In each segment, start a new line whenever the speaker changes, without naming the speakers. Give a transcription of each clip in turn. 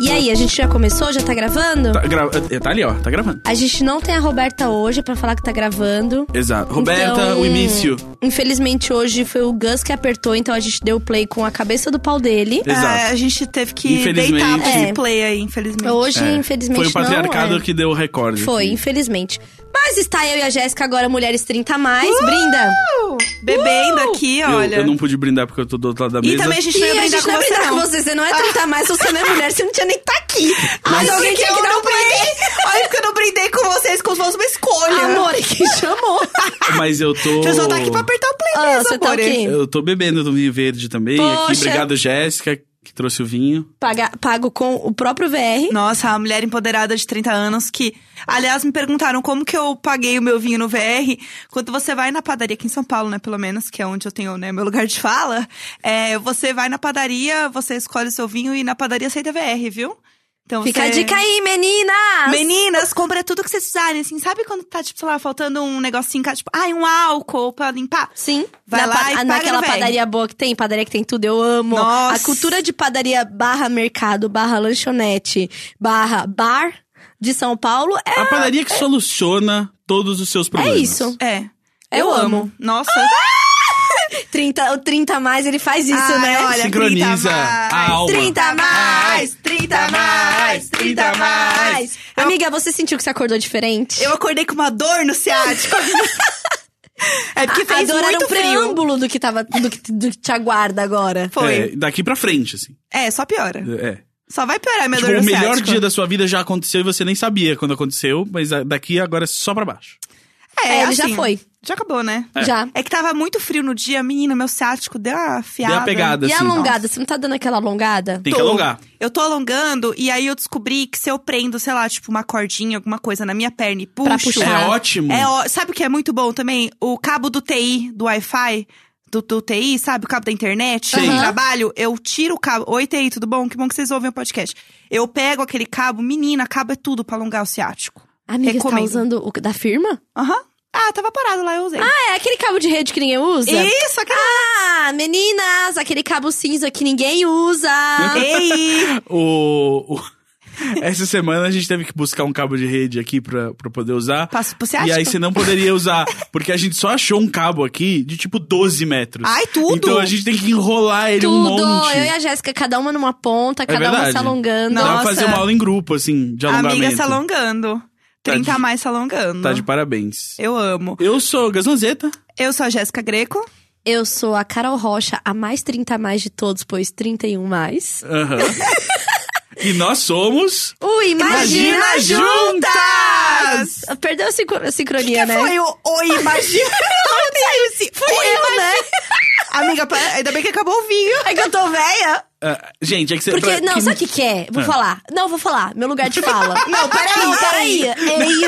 E aí, a gente já começou? Já tá gravando?
Tá, gra- eh, tá ali, ó, tá gravando.
A gente não tem a Roberta hoje pra falar que tá gravando.
Exato. Roberta,
Então,
o início.
Infelizmente hoje foi o Gus que apertou, então a gente deu play com a cabeça do pau dele.
Exato.
É, a gente teve que
Infelizmente.
deitar pra
É.
esse play aí, infelizmente.
Então, Hoje,
É.
infelizmente,
Foi o patriarcado
não, é.
que deu o recorde.
Foi,
aqui.
infelizmente. Mas está eu e a Jéssica agora, Mulheres 30 a mais. Brinda!
Bebendo aqui,
Eu,
olha.
eu não assim. pude brindar porque eu tô do outro lado da
E
mesa.
também a gente
uh! E
não ia
a
brindar
gente
com
não
você,
brinda com
não.
você, você não é 30 a mais, você não é mulher, você não tinha nem tá aqui. Mas alguém tinha que dar um play.
Olha, porque eu não brindei com vocês, com os meus uma escolha.
Amor, quem chamou?
Mas eu tô.
Você só tá aqui pra apertar o play
Ah,
mesmo,
você tá
amore.
o quê?
Eu tô bebendo do vinho verde também. Aqui,
Poxa.
obrigado, Jéssica, que trouxe o vinho.
Paga- pago com o próprio VR.
Nossa, a mulher empoderada de 30 anos que... Aliás, me perguntaram como que eu paguei o meu vinho no VR. Quando você vai na padaria, aqui em São Paulo, né, pelo menos, que é onde eu tenho, né, meu lugar de fala. É, você vai na padaria, você escolhe o seu vinho e na padaria aceita VR, viu? Então
Fica
você...
a dica aí, meninas!
Meninas, compra tudo que vocês precisarem, assim. Sabe quando tá, tipo, sei lá, faltando um negocinho, cara, tipo, ai, um álcool pra limpar?
Sim.
Vai
na
lá
pa-
e paga
Naquela
no velho.
padaria boa que tem, padaria que tem tudo, eu amo.
Nossa.
A cultura de padaria barra mercado, barra lanchonete, barra bar de São Paulo é...
A padaria que soluciona todos os seus problemas.
É isso.
É.
Eu amo.
Nossa.
30, o 30 a mais, ele faz isso,
Ai,
né?
olha,
Sincroniza
30 mais,
a alma.
30 a mais,
30 a tá mais, 30 a mais. Eu-
Amiga, você sentiu que você acordou diferente?
Eu acordei com uma dor no ciático. é porque
a, a
fez
dor era
muito
um
frio.
preâmbulo do que, tava, do, que, do que te aguarda agora.
Foi.
É, daqui pra frente, assim.
É. só piora.
É.
Só vai piorar minha
Tipo,
dor
o
no
melhor
ciático.
dia da sua vida já aconteceu e você nem sabia quando aconteceu, mas a- daqui agora é só pra baixo.
É, ele já
assim,
foi.
Já acabou, né?
É.
Já.
É que tava muito frio no dia, menina, meu ciático deu uma fiada.
Deu a pegada,
E a
assim.
alongada, você não tá dando aquela alongada?
Tem que
Tô.
alongar.
Eu tô alongando e aí eu descobri que se eu prendo, sei lá, tipo uma cordinha, alguma coisa na minha perna e puxo.
Pra
É
puxar. Tá.
ótimo.
É ó- sabe o que é muito bom também? O cabo do TI, do Wi-Fi, do, do TI, sabe? O cabo da internet,
Sim.
do trabalho. Eu tiro o cabo. Oi, TI, tudo bom? Que bom que vocês ouvem o podcast. Eu pego aquele cabo, menina, cabo é tudo pra alongar o ciático.
Amiga, você tá
Recomendo.
usando o da firma?
Aham. Ah, tava parado lá, eu usei.
Ah, é aquele cabo de rede que ninguém usa?
Isso, aquela.
Ah, meninas, aquele cabo cinza que ninguém usa.
Ei!
O, o- Essa semana a gente teve que buscar um cabo de rede aqui pra, pra poder usar.
Passo pro
E
ciático.
aí você não poderia usar, porque a gente só achou um cabo aqui de tipo 12 metros.
Ai, tudo!
Então a gente tem que enrolar ele um
Ah, Tudo,
monte. É
eu e a Jéssica, cada uma numa ponta, cada uma
verdade.
se alongando.
Dá pra
Nossa.
fazer uma aula em grupo, assim, de alongamento.
Amiga se alongando.
Tá
30 a
de-
mais se alongando.
Tá de parabéns.
Eu amo.
Eu sou Gasonzeta.
Eu sou a Jéssica Greco.
Eu sou a Carol Rocha, a mais 30 a mais de todos, pois 31 mais.
Aham. e nós somos.
Ui, imagina,
Imagina
juntas! Perdeu a sincro- a sincronia, né?
Foi o Oi, imagina! Onde saiu esse Oi,
eu, né?
Amiga, pa- ainda bem que acabou o vinho.
É que eu tô velha.
Ah, gente, é que você.
Porque,
pra-
não,
que-
sabe o que que é? Vou
Ah.
falar. Não, vou falar. Meu lugar de fala. não,
peraí,
Não, peraí. Ei,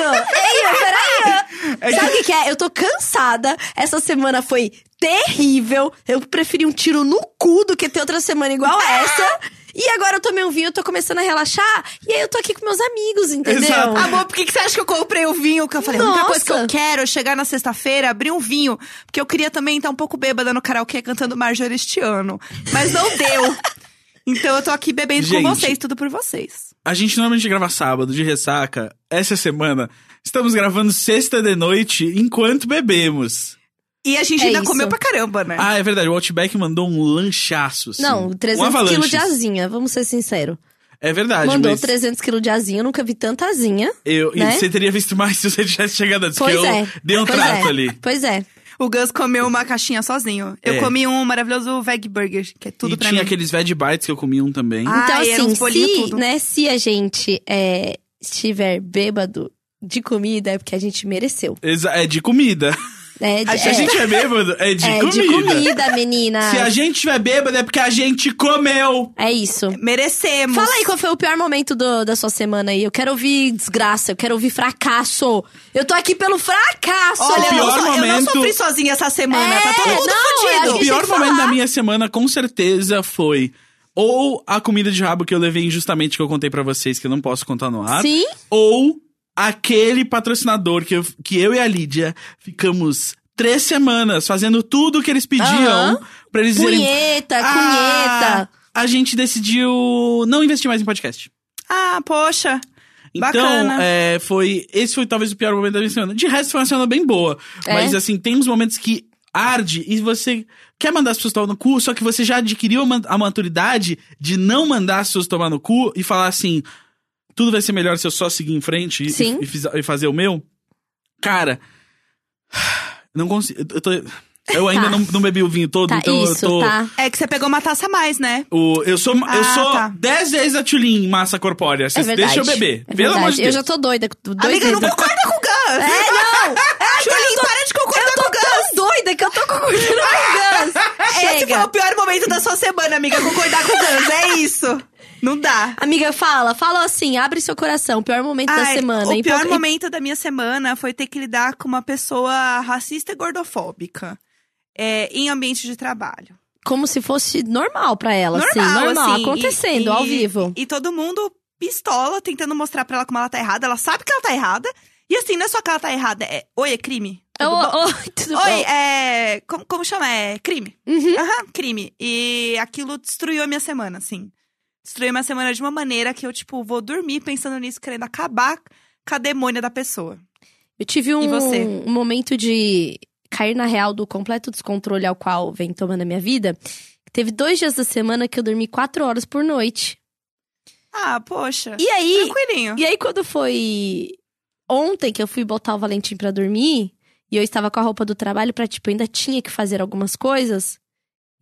ô. Ei, ô, peraí. ó. Sabe o que que é? Eu tô cansada. Essa semana foi terrível. Eu preferi um tiro no cu do que ter outra semana igual
Ah!
essa. E agora eu tomei um vinho, eu tô começando a relaxar. E aí eu tô aqui com meus amigos, entendeu?
Exato.
Amor, por que, que você acha que eu comprei o vinho? Que eu falei, a única coisa que
Nossa.
eu quero é chegar na sexta-feira, abrir um vinho. Porque eu queria também estar um pouco bêbada no karaokê cantando Marjorie este ano. Mas não deu. Então eu tô aqui bebendo
Gente.
com vocês, tudo por vocês.
A gente normalmente grava sábado, de ressaca. Essa semana, estamos gravando sexta de noite enquanto bebemos.
E a gente
É
ainda
isso.
comeu pra caramba, né?
Ah, é verdade. O Outback mandou um lanchaço. Assim.
Não,
um
300
avalanche.
quilos de azinha, vamos ser sinceros.
É verdade,
Mandou
mas
300 quilos de azinha, eu nunca vi tanta azinha.
eu, e
né?
você teria visto mais se você tivesse chegado antes,
Pois
que eu
é.
dei um
pois
trato
é.
ali.
Pois é.
O Gus comeu uma caixinha sozinho. Eu
É.
comi um maravilhoso veg burger, que é tudo
e
pra
tinha
mim.
aqueles veg bites que eu comi um também.
Ah.
Então,
Ai, era
assim,
uns bolinhos
se,
tudo.
né, se a gente é, estiver bêbado de comida, é porque a gente mereceu.
Exa- É de comida.
né? De-
A
é,
Se a gente é bêbado, é de
é,
comida.
de comida, menina.
Se a gente tiver bêbado, é porque a gente comeu.
É isso.
Merecemos.
Fala aí qual foi o pior momento do- da sua semana aí. Eu quero ouvir desgraça, eu quero ouvir fracasso. Eu tô aqui pelo fracasso!
Olha,
O
eu, não
pior
so- eu não
momento-
sofri sozinha essa semana.
É,
tá todo mundo
não, é,
fudido.
a
O
gente tem
pior
que
momento
falar.
da minha semana, com certeza, foi Ou a comida de rabo que eu levei injustamente, que eu contei pra vocês, que eu não posso contar no ar.
Sim?
Ou aquele patrocinador que eu, que eu e a Lídia ficamos três semanas fazendo tudo o que eles pediam
Aham.
pra eles dizerem.
Punheta,
"Ah, A gente decidiu não investir mais em podcast.
Ah, poxa.
Então,
Bacana.
é, foi. Esse foi talvez o pior momento da minha semana. De resto, foi uma semana bem boa.
É?
Mas assim, tem uns momentos que arde e você quer mandar as pessoas tomar no cu, só que você já adquiriu a man- a maturidade de não mandar as pessoas tomar no cu e falar assim: tudo vai ser melhor se eu só seguir em frente e,
Sim.
e fiz- e fazer o meu. Cara, não consigo. Eu, tô- eu
Tá.
ainda não, não bebi o vinho todo,
Tá,
então
isso,
eu tô.
tá.
É que você pegou uma taça a mais, né?
O, eu sou,
Ah,
eu sou
tá.
10 vezes a Tulin em massa corpórea.
É
Vocês
verdade.
deixam eu beber.
É
Pelo amor de
verdade. Eu
Deus.
já tô doida. tô doida.
Amiga, não concorda com o Gus! É, não! Julinho, para de concordar com o Gus!
tão doida que eu tô concordando com o Gans.
Esse foi
Chega.
o pior momento da sua semana, amiga, concordar com o Gus. É isso. Não dá.
Amiga, fala. Fala assim, abre seu coração. Pior momento da
Ai,
semana.
O
Em
pior
pouca-
momento da minha semana foi ter que lidar com uma pessoa racista e gordofóbica é, em ambiente de trabalho.
Como se fosse normal pra ela, assim.
normal,
Normal,
assim, e-
acontecendo,
e-
ao vivo.
E todo mundo pistola, tentando mostrar pra ela como ela tá errada. Ela sabe que ela tá errada. E assim, não é só que ela tá errada. É, Oi, é crime? Tudo
Ô,
bom?
ô, tudo
Oi,
bom?
é. Como, como chama? É crime?
Uhum.
Aham, crime. E aquilo destruiu a minha semana, assim. Destruiu minha semana de uma maneira que eu, tipo, vou dormir pensando nisso, querendo acabar com a demônia da pessoa.
Eu tive um,
você?
um momento de cair na real do completo descontrole ao qual vem tomando a minha vida. Teve dois dias da semana que eu dormi quatro horas por noite.
Ah, poxa.
E aí,
Tranquilinho.
E aí, quando foi ontem que eu fui botar o Valentim pra dormir, e eu estava com a roupa do trabalho pra, tipo, ainda tinha que fazer algumas coisas,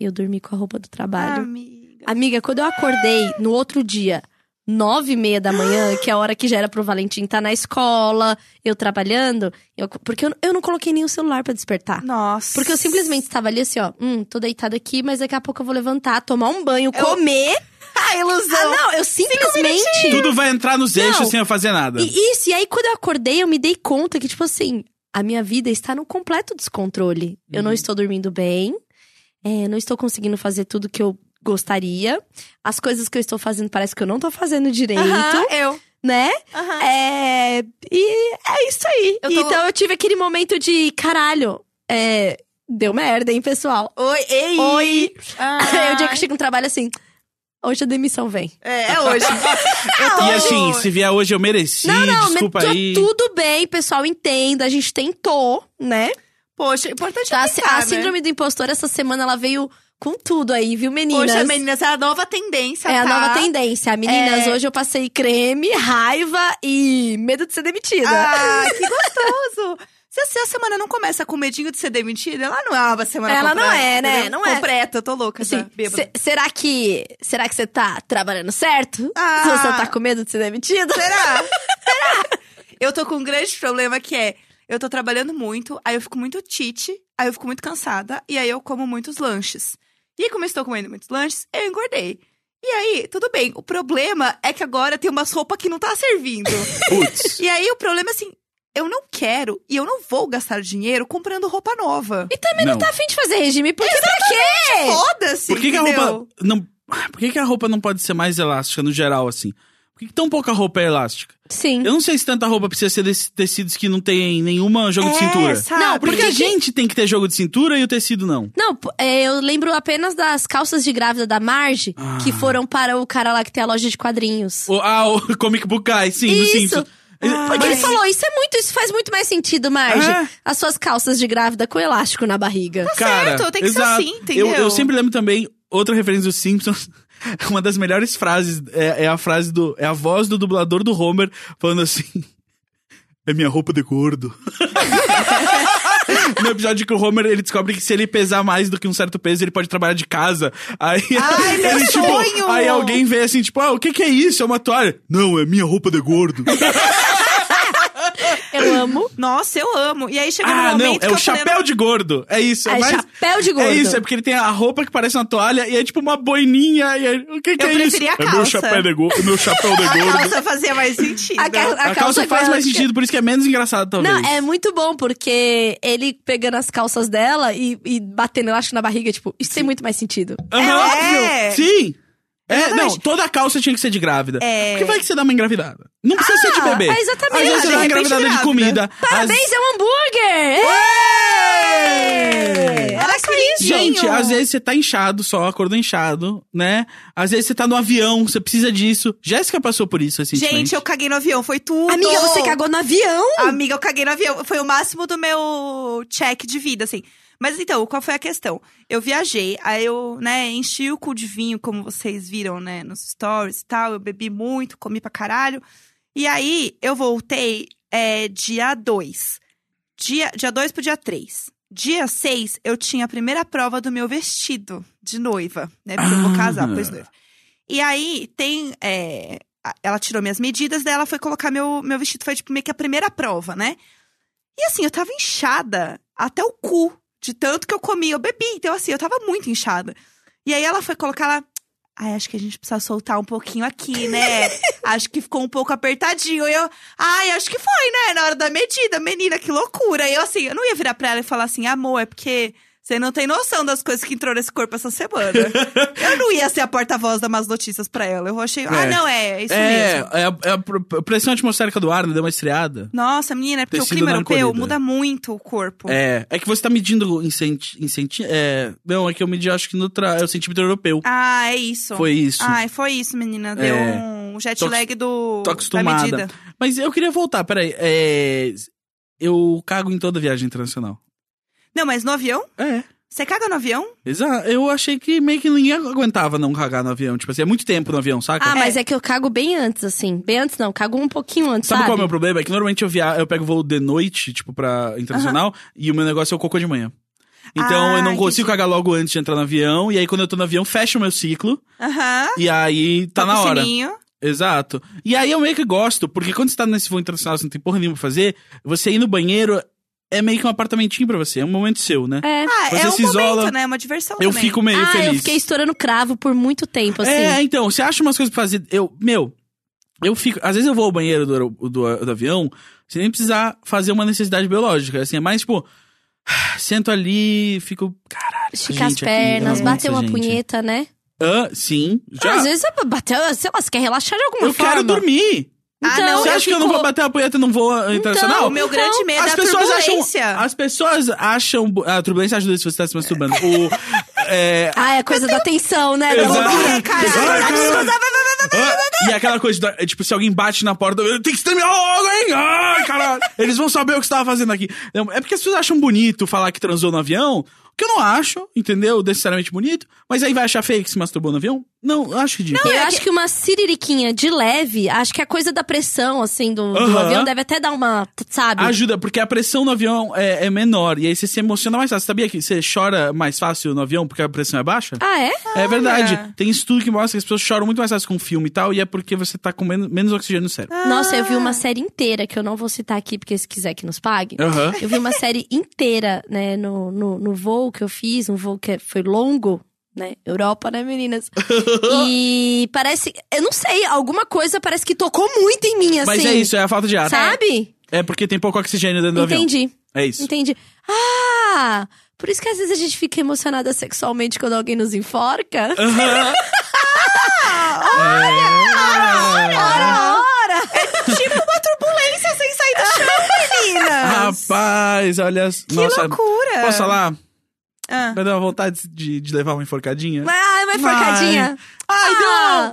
eu dormi com a roupa do trabalho.
Ah, Amiga.
Amiga, quando eu acordei no outro dia, nove e meia da manhã, que é a hora que já era pro Valentim estar na escola, eu trabalhando, eu- porque eu, eu não coloquei nem o celular pra despertar.
Nossa.
Porque eu simplesmente estava ali assim, ó, hum, tô deitada aqui, mas daqui a pouco eu vou levantar, tomar um banho,
Eu-
comer.
Ah,
Ah,
ilusão.
não, eu simplesmente
Tudo vai entrar nos
Não.
eixos sem eu fazer nada.
E isso, e aí quando eu acordei, eu me dei conta que, tipo assim, a minha vida está no completo descontrole. Eu não
Uhum.
estou dormindo bem, é, não estou conseguindo fazer tudo que eu gostaria. As coisas que eu estou fazendo parece que eu não tô fazendo direito,
Aham, eu.
né?
Aham.
É, e é isso aí.
Eu tô-
Então eu tive aquele momento de caralho, é, deu merda, hein, pessoal?
Oi, ei.
Oi.
Ah.
É o dia que eu chego no trabalho assim, hoje a demissão vem.
É, é hoje. eu
E assim, se vier hoje eu mereci,
Não, não,
desculpa
mas tu-
aí.
tudo bem, pessoal, entenda, a gente tentou, né?
Poxa, importante
Tá, a,
pensar,
a
né?
síndrome do impostor essa semana ela veio com tudo aí, viu, meninas?
Poxa, meninas, é a nova tendência,
é a
tá?
nova tendência. Meninas,
É.
hoje eu passei creme, raiva e medo de ser demitida.
Ah, que gostoso! Se a, se a semana não começa com medinho de ser demitida, ela não é uma semana
Ela não
completa,
é, né?
entendeu?
Não é.
Completa, eu tô louca,
Assim,
já, bêbada.
se- será que será que você tá trabalhando certo?
Ah.
Se Você tá com medo de ser demitida?
Será? Será? Eu tô com um grande problema que é, eu tô trabalhando muito, aí eu fico muito tite, aí eu fico muito cansada, e aí eu como muitos lanches. E como eu estou comendo muitos lanches, eu engordei. E aí, tudo bem. O problema é que agora tem umas roupas que não tá servindo.
Putz.
E aí o problema é assim, eu não quero e eu não vou gastar dinheiro comprando roupa nova.
E também não.
Não.
tá assim, afim de fazer regime, porque pra quê?
Foda-se,
Por que, que a
entendeu?
roupa. Não, Ah, por que, que a roupa não pode ser mais elástica no geral, assim? Por que, que tão pouca roupa é elástica?
Sim.
Eu não sei se tanta roupa precisa ser desses tecidos que não tem nenhuma jogo tá de
É,
cintura.
sabe?
Não,
Porque
porque
a
que-
gente tem que ter jogo de cintura e o tecido não.
Não, p- é, eu lembro apenas das calças de grávida da Marge, que
Ah.
foram para o cara lá que tem a loja de quadrinhos.
O, ah, o Comic Book Guy, sim, no
Isso.
Simpsons.
Ah,
Porque ele
Mas-
falou, isso é muito, isso faz muito mais sentido, Marge.
É.
As suas calças de grávida com elástico na barriga.
Cara,
Tá certo, tem que ser
exato.
assim, entendeu?
Eu, eu sempre lembro também, outra referência dos Simpsons, uma das melhores frases é, é a frase do. É a voz do dublador do Homer falando assim. É minha roupa de gordo. no episódio que o Homer ele descobre que se ele pesar mais do que um certo peso, ele pode trabalhar de casa. Aí
Ai, meu
ele, tipo,
sonho!
aí alguém vê assim, tipo, ah, o que, que é isso? É uma toalha. Não, é minha roupa de gordo.
um
é
Eu amo.
Nossa, eu amo. E aí chegou no
ah, não,
momento
é
que
o
eu
chapéu
falei...
de gordo. É isso.
É
mais-
chapéu de gordo.
É isso, é porque ele tem a roupa que parece uma toalha e é tipo uma boininha. E aí, o que, que
Eu
é isso?
preferia a
É meu
calça.
chapéu de gordo. meu chapéu de
A
gordo.
calça fazia mais sentido.
A ca-
A, calça, faz mais
elástica.
sentido, por isso que é menos engraçado, talvez.
Não, é muito bom, porque ele pegando as calças dela e, e batendo elástico na barriga, tipo, isso tem muito mais sentido.
Aham.
é óbvio.
Sim! É, não,
Exatamente.
toda calça tinha que ser de grávida.
É. Ah,
Porque vai que você dá uma engravidada. Não precisa ser de bebê.
é exatamente.
Às vezes você dá uma
De repente,
engravidada de
grávida.
comida.
Parabéns,
Às-
é um hambúrguer!
Ué!
É!
Ela que lindinho.
Gente, às vezes você tá inchado só, acordou inchado, né? Às vezes você tá no avião, você precisa disso. Jéssica passou por isso recentemente.
Gente, eu caguei no avião, foi tudo.
Amiga, você cagou no avião?
Amiga, eu caguei no avião. Foi o máximo do meu check de vida, assim. Mas então, qual foi a questão? Eu viajei, aí eu, né, enchi o cu de vinho, como vocês viram, né, nos stories e tal. Eu bebi muito, comi pra caralho. E aí, eu voltei é, dia 2. Dia, dia 2 pro dia 3. Dia 6, eu tinha a primeira prova do meu vestido de noiva, né? Porque eu vou casar,
Ah.
pois noiva. E aí, tem. é, a- ela tirou minhas medidas, daí ela foi colocar meu, meu vestido. Foi, tipo, meio que a primeira prova, né? E assim, eu tava inchada até o cu, de tanto que eu comi, eu bebi. Então, assim, eu tava muito inchada. E aí ela foi colocar lá. Ai, acho que a gente precisa soltar um pouquinho aqui, né? acho que ficou um pouco apertadinho. E eu, ai, acho que foi, né? Na hora da medida, menina, que loucura. E eu, assim, eu não ia virar pra ela e falar assim, amor, é porque você não tem noção das coisas que entrou nesse corpo essa semana. eu não ia ser a porta-voz das más notícias pra ela. Eu achei, ah,
É.
não, é, é isso
é,
mesmo.
é, a, é a pr- pressão atmosférica do ar, né? Deu uma esfriada.
Nossa, menina, é porque
Tecido
o clima
não
europeu
acolhido.
muda muito o corpo.
É, é que você tá medindo em centi... em centi- é, não, é que eu medi, acho que no tra... é o centímetro europeu.
Ah, é isso.
Foi isso.
Ai, foi isso, menina. Deu
É.
um jet
Tô acos-
lag do,
Tô
da
acostumada.
medida.
Mas eu queria voltar, peraí. É, eu cago em toda viagem internacional.
Não, mas no avião?
É.
Você caga no avião?
Exato. Eu achei que meio que ninguém aguentava não cagar no avião. Tipo assim, é muito tempo no avião, saca?
Ah, mas é que eu cago bem antes, assim. Bem antes não, cago um pouquinho antes,
Sabe,
sabe?
qual é o meu problema? É que normalmente eu, via... eu pego voo de noite, tipo, pra internacional, e o meu negócio é o cocô de manhã. Então
Ah,
eu não consigo
entendi.
cagar logo antes de entrar no avião, e aí quando eu tô no avião, fecha o meu ciclo,
Aham.
e aí tá
Toca
na
o
hora.
sininho.
Exato. E aí eu meio que gosto, porque quando você tá nesse voo internacional, você não tem porra nenhuma pra fazer, você ir no banheiro é meio que um apartamentinho pra você, é um momento seu, né?
É.
Ah,
Você
é um
se
momento,
isola.
né? É uma diversão
eu
também.
fico meio
ah,
feliz.
eu fiquei estourando cravo por muito tempo, assim.
É, então, você acha umas coisas pra fazer. Eu, meu, eu fico. Às vezes eu vou ao banheiro do, aero- do, do avião sem nem precisar fazer uma necessidade biológica. Assim, é mais tipo. Sento ali, fico. Caralho. essa
Esticar as
gente aqui,
pernas,
nossa,
bater uma
gente.
punheta, né?
Hã? sim. Já.
Às vezes você bateu, sei lá, você quer relaxar de alguma
eu
forma.
quero dormir.
Ah, não,
Então,
você acha que eu não
fico- Então,
vou bater uma punheta num voo ah, internacional?
O meu grande medo é
As
a
pessoas acham.
turbulência.
As pessoas acham. bu- A turbulência ajuda se você tá se masturbando. O. É,
Ah, é coisa da tensão, né? Da
Exato.
loucura.
Caralho,
Exato.
vai, vai, vai, vai, vai, vai.
Ah, e aquela coisa, da- é, tipo, se alguém bate na porta, eu- tem que terminar logo, hein? Ai, caralho. Eles vão saber o que você tava fazendo aqui. Não, é porque as pessoas acham bonito falar que transou no avião, o que eu não acho, entendeu? Necessariamente bonito. Mas aí vai achar feio que se masturbou no avião? Não, é eu acho ridículo.
Eu acho que uma siririquinha de leve, acho que a coisa da pressão, assim, do, do
Aham.
avião deve até dar uma, t- sabe?
Ajuda, porque a pressão no avião é, é menor. E aí você se emociona mais fácil. Sabia que você chora mais fácil no avião porque a pressão é baixa?
Ah, é?
É verdade. Tem estudo que mostra que as pessoas choram muito mais fácil com filme e tal. E é porque você tá com menos, menos oxigênio no cérebro.
Nossa, eu vi uma série inteira, que eu não vou citar aqui, porque se quiser que nos pague.
Aham.
Eu vi uma série inteira, né, no, no, no voo que eu fiz, um voo que foi longo, né? Europa, né, meninas? E parece. Eu não sei, alguma coisa parece que tocou muito em mim, assim.
Mas é isso, é a falta de ar.
Sabe?
É porque tem pouco oxigênio dentro do avião.
Entendi,
É isso.
entendi. Ah! Por isso que às vezes a gente fica emocionada sexualmente quando alguém nos enforca.
Aham. É.
Turbulência sem sair do chão,
É.
menina.
Rapaz, olha.
Que loucura.
Posso falar?
Ah.
Vai dar uma vontade de, de levar uma enforcadinha?
Ai, mas forcadinha.
Ai,
Ah,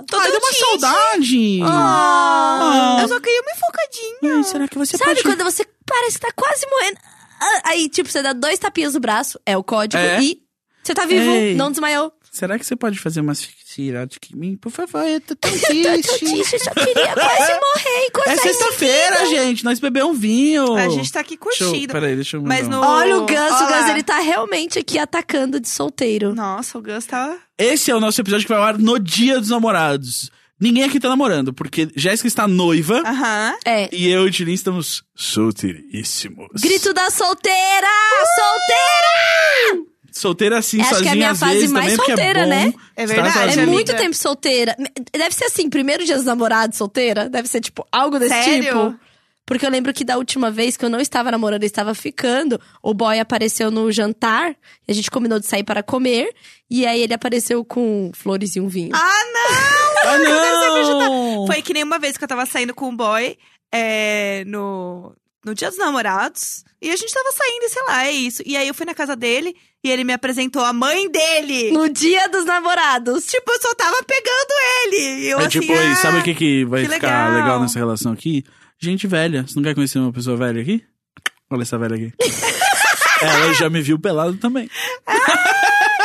deu, ai, deu uma
tite.
saudade.
Ah.
Ah.
Eu só queria uma enfocadinha.
Ai, Hum, será que você
Sabe
pode...
quando você parece que tá quase morrendo? Ah, Aí, tipo, você dá dois tapinhas no braço, é o código,
É.
e você tá vivo,
Ei.
não desmaiou.
Será que você pode fazer umas ficcionadas de mim? Por favor, eu tô tão
Eu tô
triste.
triste, tá eu só queria quase morrer enquanto
é
ainda-
sexta-feira, gente. Nós bebemos um vinho.
A gente tá aqui
Deixa eu-
curtindo.
Peraí, deixa eu mudar. um
Mas no...
Olha o Gus, o
Olha lá.
Gus ele tá realmente aqui atacando de solteiro.
Nossa, o Gus tá...
Esse é o nosso episódio que vai ao ar no Dia dos Namorados. Ninguém aqui tá namorando, porque Jéssica está noiva
Aham.
É.
e eu e o Tilin estamos solteiríssimos.
Grito da solteira! Solteira!
Solteira assim,
Acho que é a
sozinha
minha
às
fase
vezes
mais
também, porque
solteira,
é bom.
né?
É
estar
verdade,
É
sozinha.
amiga.
muito tempo solteira. Deve ser assim, primeiro dia dos namorados solteira? Deve ser tipo algo desse
Sério?
tipo. Porque eu lembro que da última vez que eu não estava namorando, eu estava ficando, o boy apareceu no jantar, e a gente combinou de sair para comer, e aí ele apareceu com flores e um vinho.
Ah, não!
Ah, não!
Foi que nem uma vez que eu tava saindo com um boy é, no, no Dia dos Namorados. E a gente tava saindo, e sei lá, é isso. E aí eu fui na casa dele e ele me apresentou a mãe dele.
No dia dos namorados.
Tipo, eu só tava pegando ele. E eu
É
assim,
tipo, aí,
ah,
sabe o que, que vai
que
ficar
legal.
legal. nessa relação aqui? Gente velha. Você não quer conhecer uma pessoa velha aqui? Olha essa velha aqui. Ela já me viu pelado também.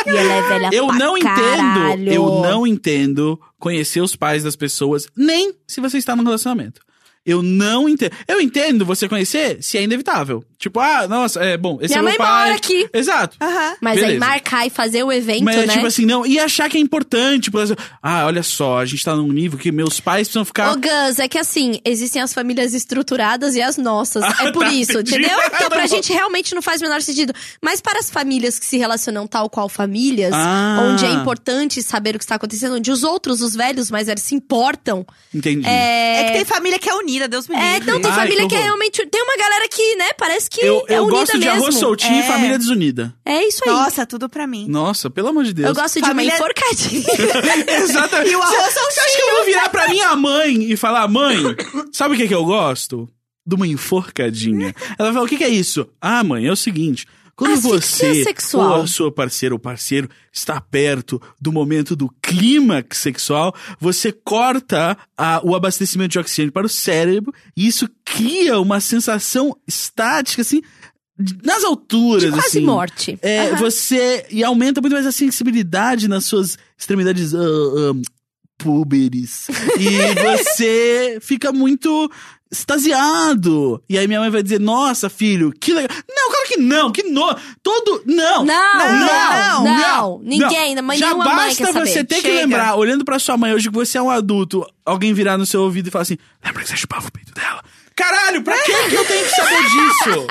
E ela é velha
Eu
pra
não
caralho.
entendo, eu não entendo conhecer os pais das pessoas, nem se você está num relacionamento. Eu não entendo. Eu entendo você conhecer se é inevitável. Tipo, ah, nossa, é bom, esse
Minha
é meu
mãe
pai.
mora aqui.
Exato.
Aham.
Mas aí
Beleza.
marcar e fazer o evento,
Mas é
né?
tipo assim, não, e achar que é importante, por exemplo, ah, olha só, a gente tá num nível que meus pais precisam ficar
Ô, Gus, é que assim, existem as famílias estruturadas e as nossas. é por
tá,
isso,
entendi.
entendeu? Então, pra
Tá bom.
gente realmente não faz o menor sentido. Mas para as famílias que se relacionam tal qual famílias,
Ah.
onde é importante saber o que está acontecendo, onde os outros, os velhos mais velhos, se importam.
Entendi.
É,
É que tem família que é unida, Deus me livre.
É, não, tem
Hum. Ai,
família
que
que é
horror.
realmente. Tem uma galera que, né, parece que
eu
é
eu
unida
gosto de
mesmo.
arroz soltinho
É.
e família desunida.
É isso aí.
Nossa, tudo pra mim.
Nossa, pelo amor de Deus.
eu gosto
Família-
de uma enforcadinha.
Exatamente.
E o arroz
é um
Você- Você acha que eu vou virar pra minha mãe e falar, mãe, sabe o que, que eu gosto? De uma enforcadinha. Ela fala, o que, que é isso? Ah, mãe, é o seguinte. Quando
Asfixia
você
sexual.
ou a sua parceira ou parceiro está perto do momento do clímax sexual, você corta a- o abastecimento de oxigênio para o cérebro e isso cria uma sensação estática, assim, de- nas alturas,
de quase
assim.
morte.
É, você. E aumenta muito mais a sensibilidade nas suas extremidades. ah, ah, púberes. E você fica muito extasiado. E aí minha mãe vai dizer: Nossa, filho, que legal. Não, claro que não, que no. Todo.
Não,
Não!
não,
não,
não. Ninguém, mãe
Já
nenhuma
basta
mãe quer saber.
você ter que
Chega.
lembrar, olhando pra sua mãe hoje que você é um adulto, alguém virar no seu ouvido e falar assim: Lembra que você chupava o peito dela? Caralho, pra que que eu tenho que saber disso?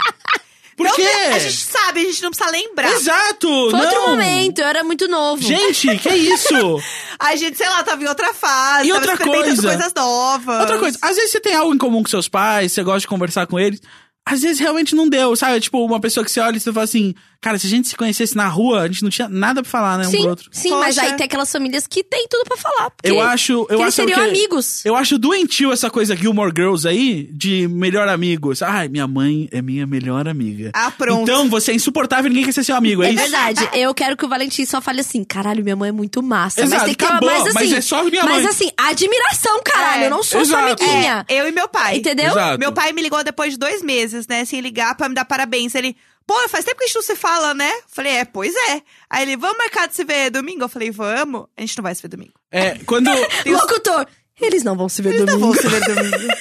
Por
Não,
quê?
A gente sabe, a gente não precisa lembrar.
Exato!
Foi outro
não.
momento, eu era muito novo.
Gente, que é isso?
A gente, sei lá, tava em outra fase.
E
tava
outra
experimentando
coisa.
coisas novas.
Outra coisa, às vezes você tem algo em comum com seus pais, você gosta de conversar com eles. Às vezes realmente não deu, sabe? Tipo, uma pessoa que você olha e você fala assim, cara, se a gente se conhecesse na rua, a gente não tinha nada pra falar, né? Um
sim,
pro outro.
sim mas
Poxa.
aí tem aquelas famílias que tem tudo pra falar. porque-
Eu acho. Eu
que eles
acho é sabe o
seriam
quê?
amigos.
Eu acho doentio essa coisa Gilmore Girls aí, de melhor amigo. Ai, minha mãe é minha melhor amiga.
Ah, pronto.
Então você é insuportável, ninguém quer ser seu amigo, é,
É
isso?
verdade. Eu quero que o Valentim só fale assim: caralho, minha mãe é muito massa. mas
Exato,
tem que ter
acabou,
uma mais assim.
mas é só minha
mas
mãe.
assim, admiração, caralho.
É,
eu não sou sua
exato.
amiguinha.
Eu e meu pai.
Entendeu?
Exato.
Meu pai me ligou depois de dois meses, né? Sem ligar pra me dar parabéns. Ele, pô, faz tempo que a gente não se fala, né? Eu Falei, é, pois é. Aí ele, vamos marcar de se ver domingo? Eu falei, vamos. A gente não vai se ver domingo.
É, quando.
Locutor, eles não vão se ver
Não
domingo.
vamos se ver domingo.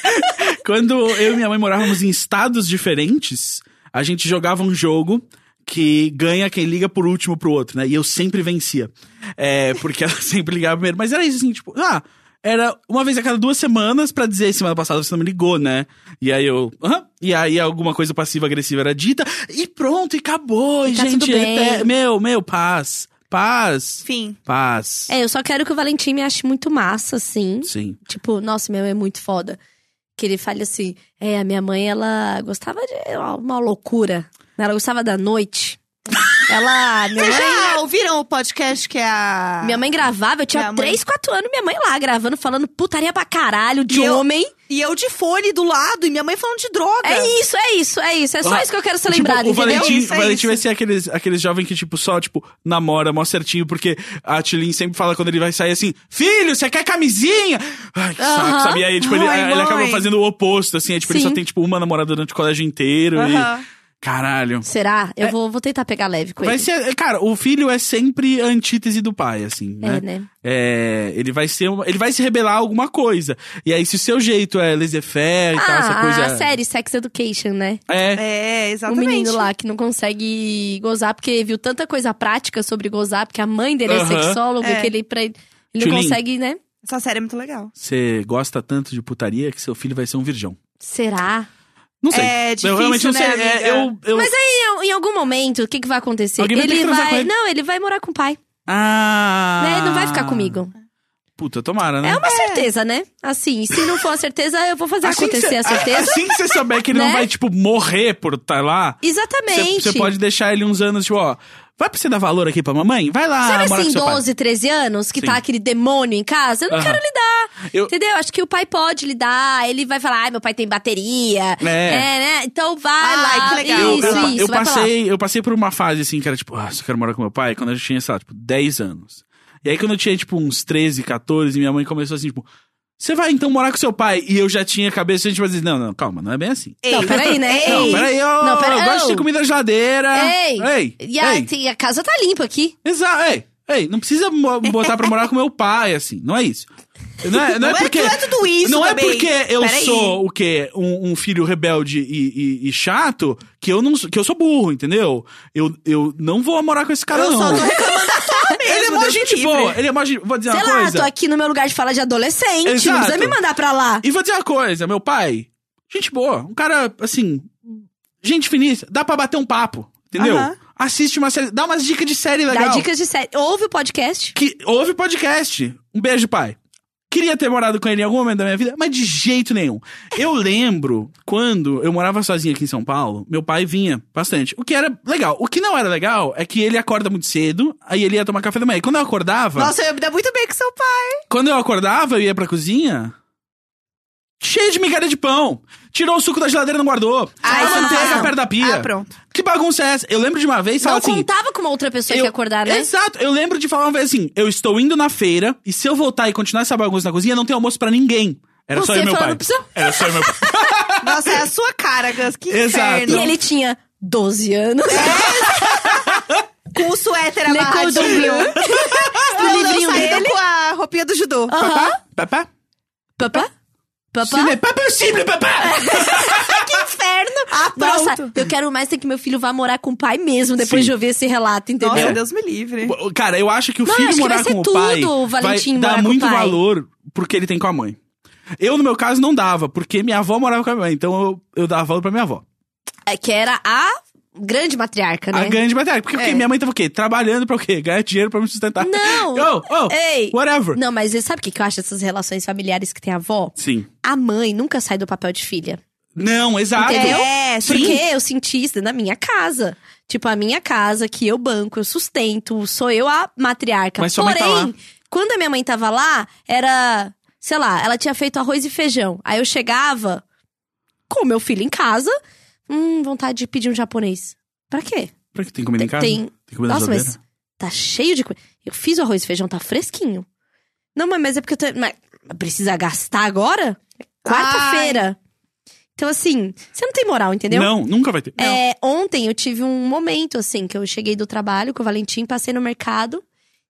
Quando eu e minha mãe morávamos em estados diferentes, a gente jogava um jogo que ganha quem liga por último pro outro, né? E eu sempre vencia. É, porque ela sempre ligava primeiro. Mas era isso assim, tipo, ah, era uma vez a cada duas semanas pra dizer semana passada você não me ligou, né? E aí eu. Hã? E aí alguma coisa passiva-agressiva era dita, e pronto, e acabou. E,
tá
gente,
tudo bem.
até- meu, meu, paz. Paz.
Enfim.
Paz.
É, eu só quero que o Valentim me ache muito massa, assim.
Sim.
Tipo, nossa, minha mãe é muito foda. Que ele fale assim: é, a minha mãe, ela gostava de uma loucura. né? Ela gostava da noite. Ela. é Minha
Vocês
mãe,
já ouviram o podcast que é a.
minha mãe gravava, eu tinha
Minha mãe-
3, 4 anos, minha mãe lá gravando, falando putaria pra caralho de
E eu-
homem.
E eu de fone do lado, e minha mãe falando de droga.
É isso, é isso, é isso. É só
Ah,
isso que eu quero ser
Tipo,
lembrado,
o
entendeu?
Valentim,
É isso, é
o Valentim vai
isso.
ser aqueles, aqueles jovens que, tipo, só, tipo, namora mó certinho, porque a Tilin sempre fala quando ele vai sair assim, filho, você quer camisinha? Ai, que
Aham.
saco, sabe? E aí, tipo, ele,
Ai,
ele
mãe.
acaba fazendo o oposto, assim, é, tipo, ele
Sim.
só tem, tipo, uma namorada durante o colégio inteiro
Aham.
e... Caralho.
Será? Eu vou, vou tentar pegar leve com
É. Vai
ele.
ser, cara, o filho é sempre a antítese do pai, assim, né?
É, né?
É, ele vai ser, uma- ele vai se rebelar a alguma coisa. E aí, se o seu jeito é laissez-faire e tal, essa
Ah,
coisa...
a série Sex Education, né?
É,
É,
Um
exatamente.
menino lá que não consegue gozar porque viu tanta coisa prática sobre gozar, porque a mãe dele é
Aham.
sexóloga,
É.
que ele pra ele, ele não
Tchulin.
consegue, né?
Essa série é muito legal.
você gosta tanto de putaria que seu filho vai ser um virgão.
Será?
Não sei.
É difícil,
eu realmente não
né,
sei.
amiga?
É, eu, eu...
Mas aí, em- em algum momento, o que, que vai acontecer?
Alguém vai ter
ele
que transar com
vai.
ele.
né, Não, ele vai morar com o pai.
Ah.
Né? Ele não vai ficar comigo.
Puta, tomara, né?
É uma certeza, né? Assim, se não for a certeza, eu vou fazer
que
acontecer
cê-
a certeza.
Assim que você souber que ele não
Né?
vai, tipo, morrer por estar lá,
Exatamente.
você pode deixar ele uns anos, tipo, ó, vai pra você dar valor aqui pra mamãe? Vai lá,
Sabe
morar
assim,
com seu
12, 13 anos, que tá
Sim.
aquele demônio em casa? Eu não
Aham.
quero lidar.
pai. Eu,
Entendeu? Acho que o pai pode lidar. Ele vai falar, ai, meu pai tem bateria.
É.
né? Então vai
Ah,
lá.
que legal.
Isso,
eu,
isso. vai
eu
pra lá.
passei, eu passei por uma fase assim que era tipo, ah, só quero morar com meu pai, quando eu tinha, sei lá, tipo, 10 anos. E aí quando eu tinha, tipo, uns 13, 14, minha mãe começou assim, tipo, você vai então morar com seu pai? E eu já tinha cabeça, a gente vai dizer, não, não, calma, não é bem assim.
Não, peraí, né?
Não,
Ei.
peraí, eu,
Não, pera-
eu gosto de
eu.
ter comida na geladeira.
Ei.
Ei,
E a,
ei.
tem- a casa tá limpa aqui.
Exato, ei, ei, não precisa mo- botar pra morar com meu pai, assim, não é isso. Não é, não é
Não é-
porque.
não é tudo isso
Não
também.
é porque eu
Peraí.
sou o quê? Um, um filho rebelde e, e- e chato que eu, não, sou- que eu sou burro, entendeu? Eu, eu não vou morar com esse cara,
Eu
não.
só tô reclamando da sua mesmo.
Ele é mó
Deus
gente
me
boa,
livre.
ele é mó gente. Vou dizer
Sei
uma
lá,
coisa.
tô aqui no meu lugar de falar de adolescente. Não precisa
Exato.
me mandar pra lá.
E vou dizer uma coisa, meu pai, gente boa, um cara, assim, gente finíssima, dá pra bater um papo, entendeu?
Aham.
Assiste uma série, dá umas dicas de série
Dá
legal.
dicas de série. Ouve o podcast.
que ouve podcast. Um beijo, pai. Queria ter morado com ele em algum momento da minha vida, mas de jeito nenhum. Eu lembro quando eu morava sozinho aqui em São Paulo, meu pai vinha bastante. O que era legal. O que não era legal é que ele acorda muito cedo, aí ele ia tomar café da manhã. E quando eu acordava,
Nossa, eu ia me dar muito bem com seu pai.
quando eu acordava, eu ia pra cozinha. Cheio de migalha de pão. Tirou o suco da geladeira e não guardou.
Ah,
a
isso não faz,
manteiga
não.
perto da pia.
Ah, pronto.
Que bagunça é essa? Eu lembro de uma vez,
Não
sabe assim.
contava com uma outra pessoa que ia acordar, né?
Exato. Eu lembro de falar uma vez assim: eu estou indo na feira e se eu voltar e continuar essa bagunça na cozinha, não tem almoço pra ninguém. Era só
Você
eu e meu
falando
pai.
pro seu-
Era só eu e meu pai.
Nossa, é a sua cara, Gus. Que
Exato.
inferno.
E ele tinha 12 anos.
com o suéter
Le
amarradinho.
Cordon Bleu.
Não,
o
não,
Tipo livrinho
saído
dele. Ah.
com a roupinha do judô.
Aham.
Papá?
Papá? Papá?
Sim, é Papá simples, papá!
Que inferno!
Ah, pronto.
Nossa, eu quero mais é que meu filho vá morar com o pai mesmo depois
Sim.
de ouvir esse relato, entendeu?
Nossa,
É.
Deus me livre.
Cara, eu acho que o
Não,
filho
acho que
morar
vai ser
com
tudo,
o pai
o Valentim
vai dar
morar com o
muito
pai.
valor porque ele tem com a mãe. Eu, no meu caso, não dava, porque minha avó morava com a minha mãe, então eu, eu dava valor pra minha avó.
É que era a grande matriarca, né?
A grande batalha. Porque o quê?
É.
minha mãe tava o quê? Trabalhando pra o quê? Ganhar dinheiro pra me sustentar.
Não!
Oh, oh,
Ei!
whatever.
Não, mas sabe o que que eu acho dessas relações familiares que tem a avó?
Sim.
A mãe nunca sai do papel de filha.
Não, exato.
Entendeu?
É,
Sim.
Porque eu senti isso na minha casa. Tipo, a minha casa, que eu banco, eu sustento, sou eu a matriarca.
Mas sua mãe
Porém,
tá lá.
quando a minha mãe tava lá, era. Sei lá, ela tinha feito arroz e feijão. Aí eu chegava com o meu filho em casa. Hum, vontade de pedir um japonês. Pra quê?
Pra que tem comida em casa?
Tem-
Tem comida na
Nossa, mas
geladeira?
tá cheio de coisa. Eu fiz o arroz e feijão, tá fresquinho. Não, mãe, mas é porque eu tô. Mas precisa gastar agora? Quarta-feira. Então, assim, você não tem moral, entendeu?
Não, nunca vai ter.
É, ontem eu tive um momento, assim, que eu cheguei do trabalho com o Valentim, passei no mercado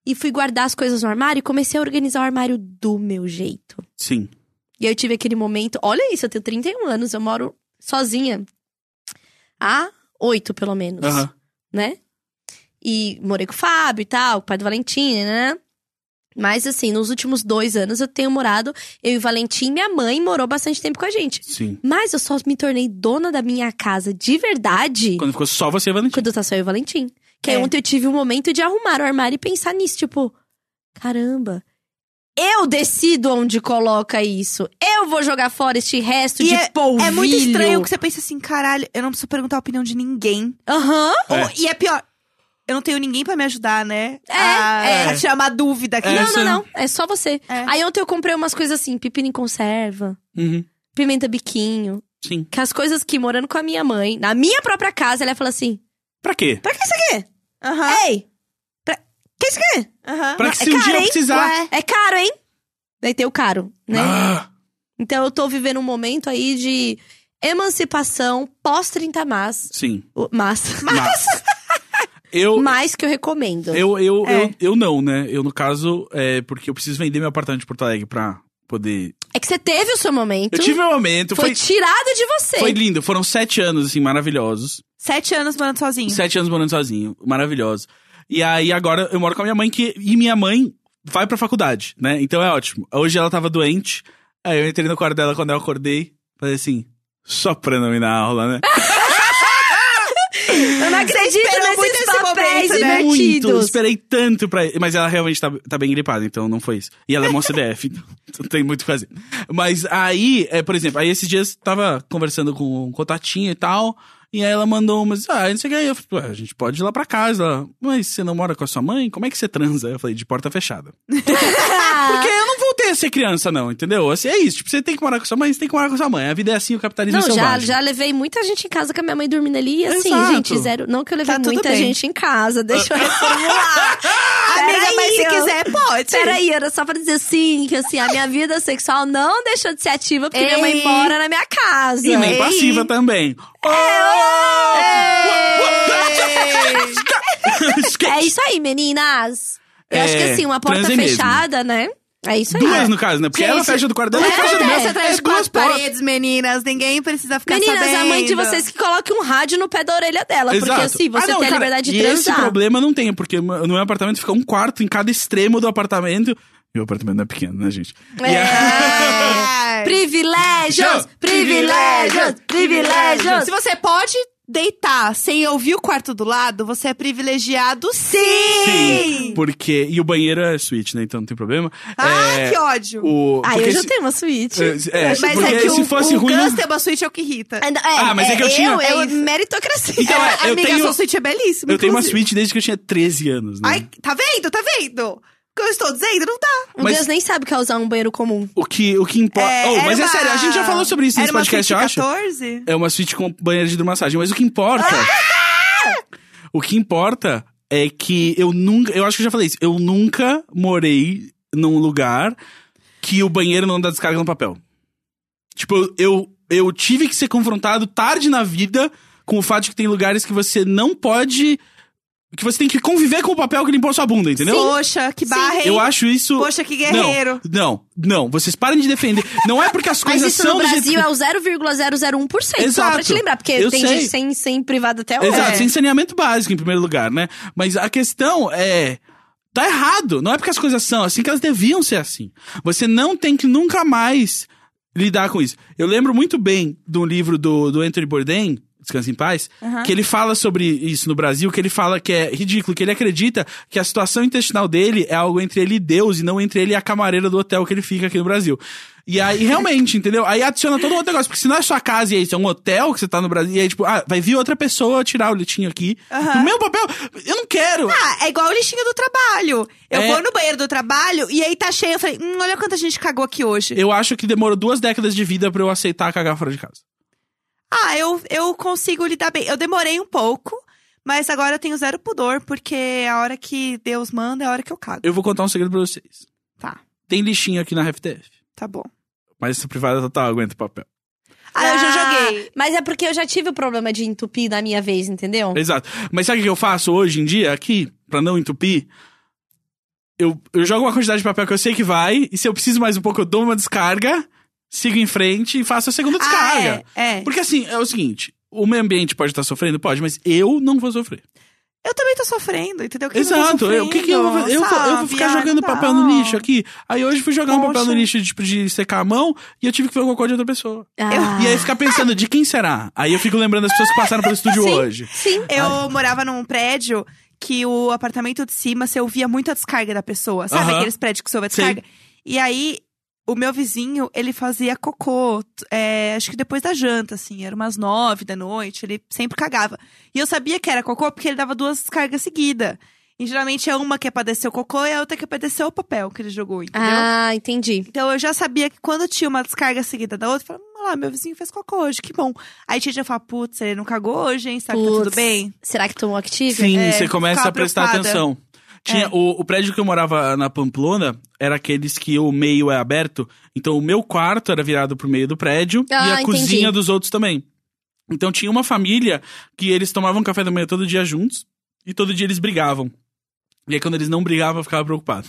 e fui guardar as coisas no armário e comecei a organizar o armário do meu jeito.
Sim.
E aí eu tive aquele momento. Olha isso, eu tenho 31 anos, eu moro sozinha. Há oito, pelo menos
Aham.
né? E morei com o Fábio e tal, com o pai do Valentim, né? Mas assim, nos últimos dois anos eu tenho morado, eu e o Valentim, minha mãe morou bastante tempo com a gente.
Sim.
Mas eu só me tornei dona da minha casa de verdade quando,
Quando ficou só você e Valentim.
tá só eu e o Valentim. Que aí
É.
ontem eu tive um momento de arrumar o armário e pensar nisso, tipo, caramba. Eu decido onde coloca isso. Eu vou jogar fora este resto
E
de
é-
polvilho.
É muito estranho que você pensa assim, caralho, eu não preciso perguntar a opinião de ninguém.
Aham.
É.
Ou- e é pior, eu não tenho ninguém pra me ajudar, né?
É,
a,
é.
a tirar uma dúvida aqui.
É,
não,
isso
não,
aí.
não. É só você.
É.
Aí ontem eu comprei umas coisas assim, pepino em conserva.
Uhum.
pimenta biquinho.
Sim.
Que as coisas que, morando com a minha mãe, na minha própria casa, ela fala assim:
Pra quê?
pra que isso aqui?
Aham,
Ei! Pra... Que isso aqui?
aham.
Pra
Não,
que
é
se um
caro,
dia eu
hein?
precisar.
Ué.
É caro, hein? Daí tem o caro, né?
Ah,
Então eu tô vivendo um momento aí de emancipação pós-30 mas.
sim.
o- Mas.
Mas. Eu,
Mais que eu recomendo.
eu, eu,
É.
eu, eu não, né? Eu, no caso, é porque eu preciso vender meu apartamento de Porto Alegre pra poder.
É que você teve o seu momento.
Eu tive meu momento.
foi,
Foi,
tirado de você.
foi lindo. Foram sete anos, assim, maravilhosos.
Sete anos morando sozinho.
Sete anos morando sozinho. Maravilhoso. E aí, agora, eu moro com a minha mãe, que. E minha mãe vai pra faculdade, né? Então é ótimo. Hoje ela tava doente. Aí eu entrei no quarto dela quando eu acordei. Falei assim, só pra não ir na aula, né?
Eu não acredito
Esperou muito
nesses
esse
papéis
momento, né?
Muito,
divertidos.
esperei tanto pra. Mas ela realmente tá, tá bem gripada, então não foi isso. E ela é mó CDF, então não tem muito o que fazer. Mas aí, é, por exemplo, aí esses dias tava conversando com um contatinho e tal. E aí ela mandou umas, ah, não sei o que. Aí eu falei, "Ué, a gente pode ir lá pra casa. Ela, Mas você não mora com a sua mãe? Como é que você transa? Eu falei, de porta fechada.
Ah,
Porque eu não voltei a ser criança, não, entendeu? Assim, é isso. Tipo, você tem que morar com sua mãe, você tem que morar com sua mãe. A vida é assim, o capitalismo
Não,
é
já,
selvagem.
já levei muita gente em casa com a minha mãe dormindo ali. E assim,
Exato.
gente, zero. Não que eu levei
Tá tudo
muita
bem.
gente em casa, deixa eu reformular.
Amiga,
Peraí,
mas se
eu-
quiser, pode.
Peraí, era só pra dizer assim, que assim, a minha vida sexual não deixou de ser ativa porque minha
Ei.
mãe mora na minha casa. É
E nem
Ei.
passiva também. Oh!
É.
É isso aí, meninas. Eu
É,
acho que assim, uma porta
transem mesmo.
fechada, né? É
Tá.
isso aí.
Duas, no caso, né? Porque ela
Gente,
fecha do quarto dela e
é,
fecha do meu.
essa
Você traz
É duas
quatro
portas.
paredes, meninas. Ninguém precisa ficar
Meninas,
sabendo.
a mãe de vocês que coloque um rádio no pé da orelha dela. Porque
Exato.
assim, você
Ah, não,
tem a
cara,
liberdade de
e Esse
transar.
problema não tem, porque no meu apartamento fica um quarto em cada extremo do apartamento. Meu apartamento não é pequeno, né, gente? E a-
É.
Privilégios! Privilégios! Privilégios!
Se você pode deitar sem ouvir o quarto do lado, você é privilegiado sim!
Sim, porque. E o banheiro é suíte, né? Então não tem problema.
Ah,
É,
que ódio!
O,
Ah,
porque
eu já
se-
tenho uma suíte.
É, é,
Mas
porque
é que
se
o,
fosse
o
ruim.
Gus ter uma suíte é o que irrita.
É,
Ah, mas é que eu tinha-
Eu, eu
É isso.
meritocracia.
Então, é, eu
Amiga,
tenho-
sua suíte é belíssima.
Eu tenho uma
inclusive.
suíte desde que eu tinha 13 anos, né?
Ai, tá vendo? Tá vendo? O que eu estou dizendo? Não dá.
O
mas-
Gus nem sabe o que é usar um banheiro comum.
O que, o que importa.
É,
oh, mas
era
é sério, a gente já falou sobre isso
era
nesse podcast, eu
uma
acho.
suíte 14?
É uma suíte com banheiro de hidromassagem. Mas o que importa. o que importa é que eu nunca. Eu acho que eu já falei isso. Eu nunca morei num lugar que o banheiro não dá descarga no papel. Tipo, eu, eu, eu tive que ser confrontado tarde na vida com o fato de que tem lugares que você não pode. Que você tem que conviver com o papel que limpou sua bunda, entendeu?
Poxa, que barra, hein?
Eu acho isso.
Poxa, que guerreiro.
Não, não, não, vocês parem de defender. Não é porque as
Mas
coisas
isso
são
no
do jeito
Brasil
que-
é o 0,001%. Só pra
Exato.
te lembrar, porque
Eu
tem
sei.
gente sem, sem privado até hoje.
Exato,
É.
sem saneamento básico em primeiro lugar, né? Mas a questão é. Tá errado. Não é porque as coisas são assim que elas deviam ser assim. Você não tem que nunca mais lidar com isso. Eu lembro muito bem de um livro do, do Anthony Bourdain, Descanse em Paz, que ele fala sobre isso no Brasil, que ele fala que é ridículo, que ele acredita que a situação intestinal dele é algo entre ele e Deus e não entre ele e a camareira do hotel que ele fica aqui no Brasil. E aí, realmente, entendeu? Aí adiciona todo outro negócio, porque se não é sua casa e é isso, é um hotel que você tá no Brasil, e aí, tipo, ah, vai vir outra pessoa tirar o litinho aqui.
Aham.
O meu papel, eu não quero.
Ah, é igual o lixinho do trabalho. Eu
É.
vou no banheiro do trabalho e aí tá cheio. Eu falei, hum, olha quanta gente cagou aqui hoje.
Eu acho que demorou duas décadas de vida pra eu aceitar cagar fora de casa.
Ah, eu, eu consigo lidar bem. Eu demorei um pouco, mas agora eu tenho zero pudor, porque a hora que Deus manda é a hora que eu cago.
Eu vou contar um segredo pra vocês.
Tá,
Tem lixinho aqui na RFTF.
tá bom.
Mas essa privada total aguenta o papel.
Ah, eu já joguei.
Mas é porque eu já tive o problema de entupir na minha vez, entendeu?
Exato. Mas sabe o que eu faço hoje em dia aqui, pra não entupir? Eu, eu jogo uma quantidade de papel que eu sei que vai, e se eu preciso mais um pouco, eu dou uma descarga, sigo em frente e faço a segunda descarga.
Ah, é, é.
Porque assim, é o seguinte: o meio ambiente pode estar sofrendo? Pode, mas eu não vou sofrer.
Eu também tô sofrendo, entendeu? Quem não tá
Exato. eu- O que, que eu vou fazer? Eu, vou-
sofrendo,
eu vou ficar
sabe?
jogando
Ah,
papel no lixo aqui. Aí hoje fui jogar um papel no
Poxa.
lixo tipo, de secar a mão e eu tive que ver alguma coisa de outra pessoa.
Ah.
E aí ficar pensando, de quem será? Aí eu fico lembrando das pessoas que passaram pelo estúdio
Sim.
hoje.
Sim.
Eu morava num prédio que o apartamento de cima você ouvia muito a descarga da pessoa. Sabe
Aham.
aqueles prédios que você ouve a
Sim.
descarga? E aí, o meu vizinho, ele fazia cocô, t- é, acho que depois da janta, assim, era umas nove da noite, ele sempre cagava. E eu sabia que era cocô porque ele dava duas descargas seguidas. E geralmente é uma que é pra descer o cocô e a outra que é pra descer o papel que ele jogou, entendeu?
Ah, entendi.
Então eu já sabia que quando tinha uma descarga seguida da outra, eu falava, "Hum, olha lá, meu vizinho fez cocô hoje, que bom. Aí tinha dia que falar, putz, ele não cagou hoje, hein? Será que tá tudo
Putz.
bem?
Será que tomou Active?
Sim,
É,
você começa
ficava
a prestar
preocupada.
atenção.
É.
Tinha o, o prédio que eu morava na Pamplona era aqueles que o meio é aberto. Então o meu quarto era virado pro meio do prédio e
Ah,
a
entendi.
cozinha dos outros também. Então tinha uma família que eles tomavam café da manhã todo dia juntos e todo dia eles brigavam. E aí quando eles não brigavam eu ficava preocupado.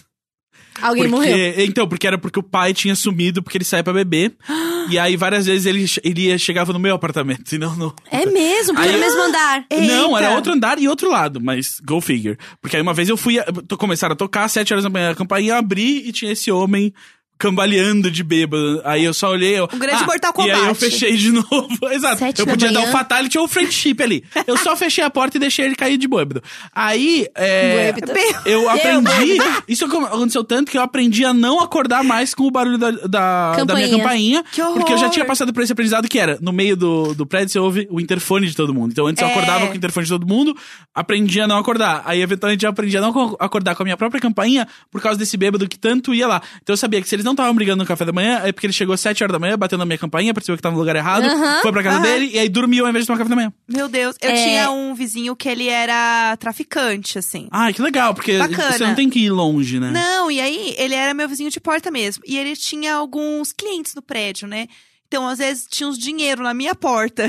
Alguém
porque,
morreu.
Então, porque era porque o pai tinha sumido porque ele saía pra beber. e aí várias vezes ele, ele ia- chegava no meu apartamento e não no,
É mesmo, porque
Aí-
é o mesmo andar.
não,
Eita.
era outro andar e outro lado, mas go figure. Porque aí uma vez eu fui, to- começaram a tocar, sete horas da manhã, a campainha, eu abri e tinha esse homem cambaleando de bêbado. Aí eu só olhei. Eu, "Ah",
Um grande Mortal
E aí eu
Kombat.
fechei de novo. Exato.
Sete
eu
da
podia dar
manhã.
um fatality ou um friendship ali. Eu só fechei a porta e deixei ele cair de bêbado. Aí. É,
Bêbado.
eu aprendi.
bêbado.
Isso aconteceu tanto que eu aprendi a não acordar mais com o barulho da, da, da minha
Campainha.
campainha.
Que horror.
porque eu já tinha passado por esse aprendizado que era: no meio do, do prédio você ouve o interfone de todo mundo. Então antes eu
É.
acordava com o interfone de todo mundo, aprendi a não acordar. Aí eventualmente eu aprendi a não co- acordar com a minha própria campainha por causa desse bêbado que tanto ia lá. Então eu sabia que se eles não estavam brigando no café da manhã, é porque ele chegou às 7 horas da manhã, bateu na minha campainha, percebeu que tava no lugar errado,
Aham,
foi pra
Ah.
casa dele e aí dormiu ao invés de tomar café da manhã.
Meu Deus, eu
É.
tinha um vizinho que ele era traficante, assim.
Ai, Ah, que legal, porque
Bacana.
você não tem que ir longe, né?
Não, e aí ele era meu vizinho de porta mesmo. E ele tinha alguns clientes no prédio, né? Então, às vezes, tinha uns dinheiro na minha porta.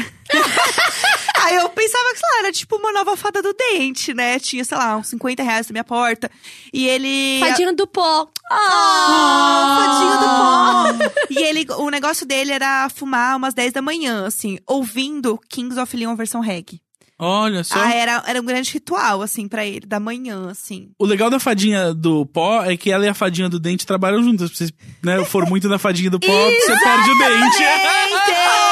aí eu pensava que, sei lá, era tipo uma nova fada do dente, né? Tinha, sei lá, uns 50 reais na minha porta. E
É.
ele.
Fadinho do pó. Ah,
Ah, fadinho do pó. e ele, o negócio dele era fumar umas 10 da manhã, assim, ouvindo Kings of Leon versão reggae.
Olha só.
Ah, era, era um grande ritual, assim, pra ele, da manhã, assim.
O legal da fadinha do pó é que ela e a fadinha do dente trabalham juntas. Se você né, for muito na fadinha do pó, você perde o dente.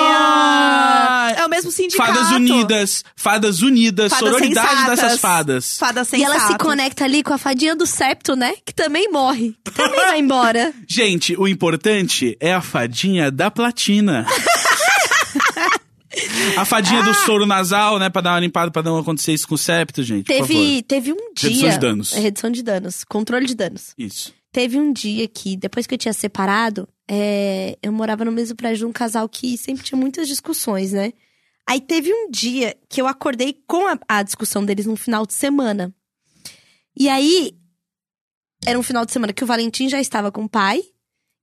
Ai.
É o mesmo sindicato.
Ah! Fadas unidas, fadas unidas,
Fadas
sororidade
sensatas.
dessas fadas.
Fada
E
sensata.
ela se conecta ali com a fadinha do septo, né? Que também morre. Que também vai embora.
Gente, o importante é a fadinha da platina. a fadinha
Ah!
do soro nasal, né, pra dar uma limpada, pra não acontecer isso com o septo, gente, por favor.
Teve, teve um dia.
de danos.
É, redução de danos. Controle de danos.
Isso.
Teve um dia que, depois que eu tinha separado, é, eu morava no mesmo prédio de um casal que sempre tinha muitas discussões, né? Aí teve um dia que eu acordei com a, a discussão deles num final de semana. E aí, era um final de semana que o Valentim já estava com o pai.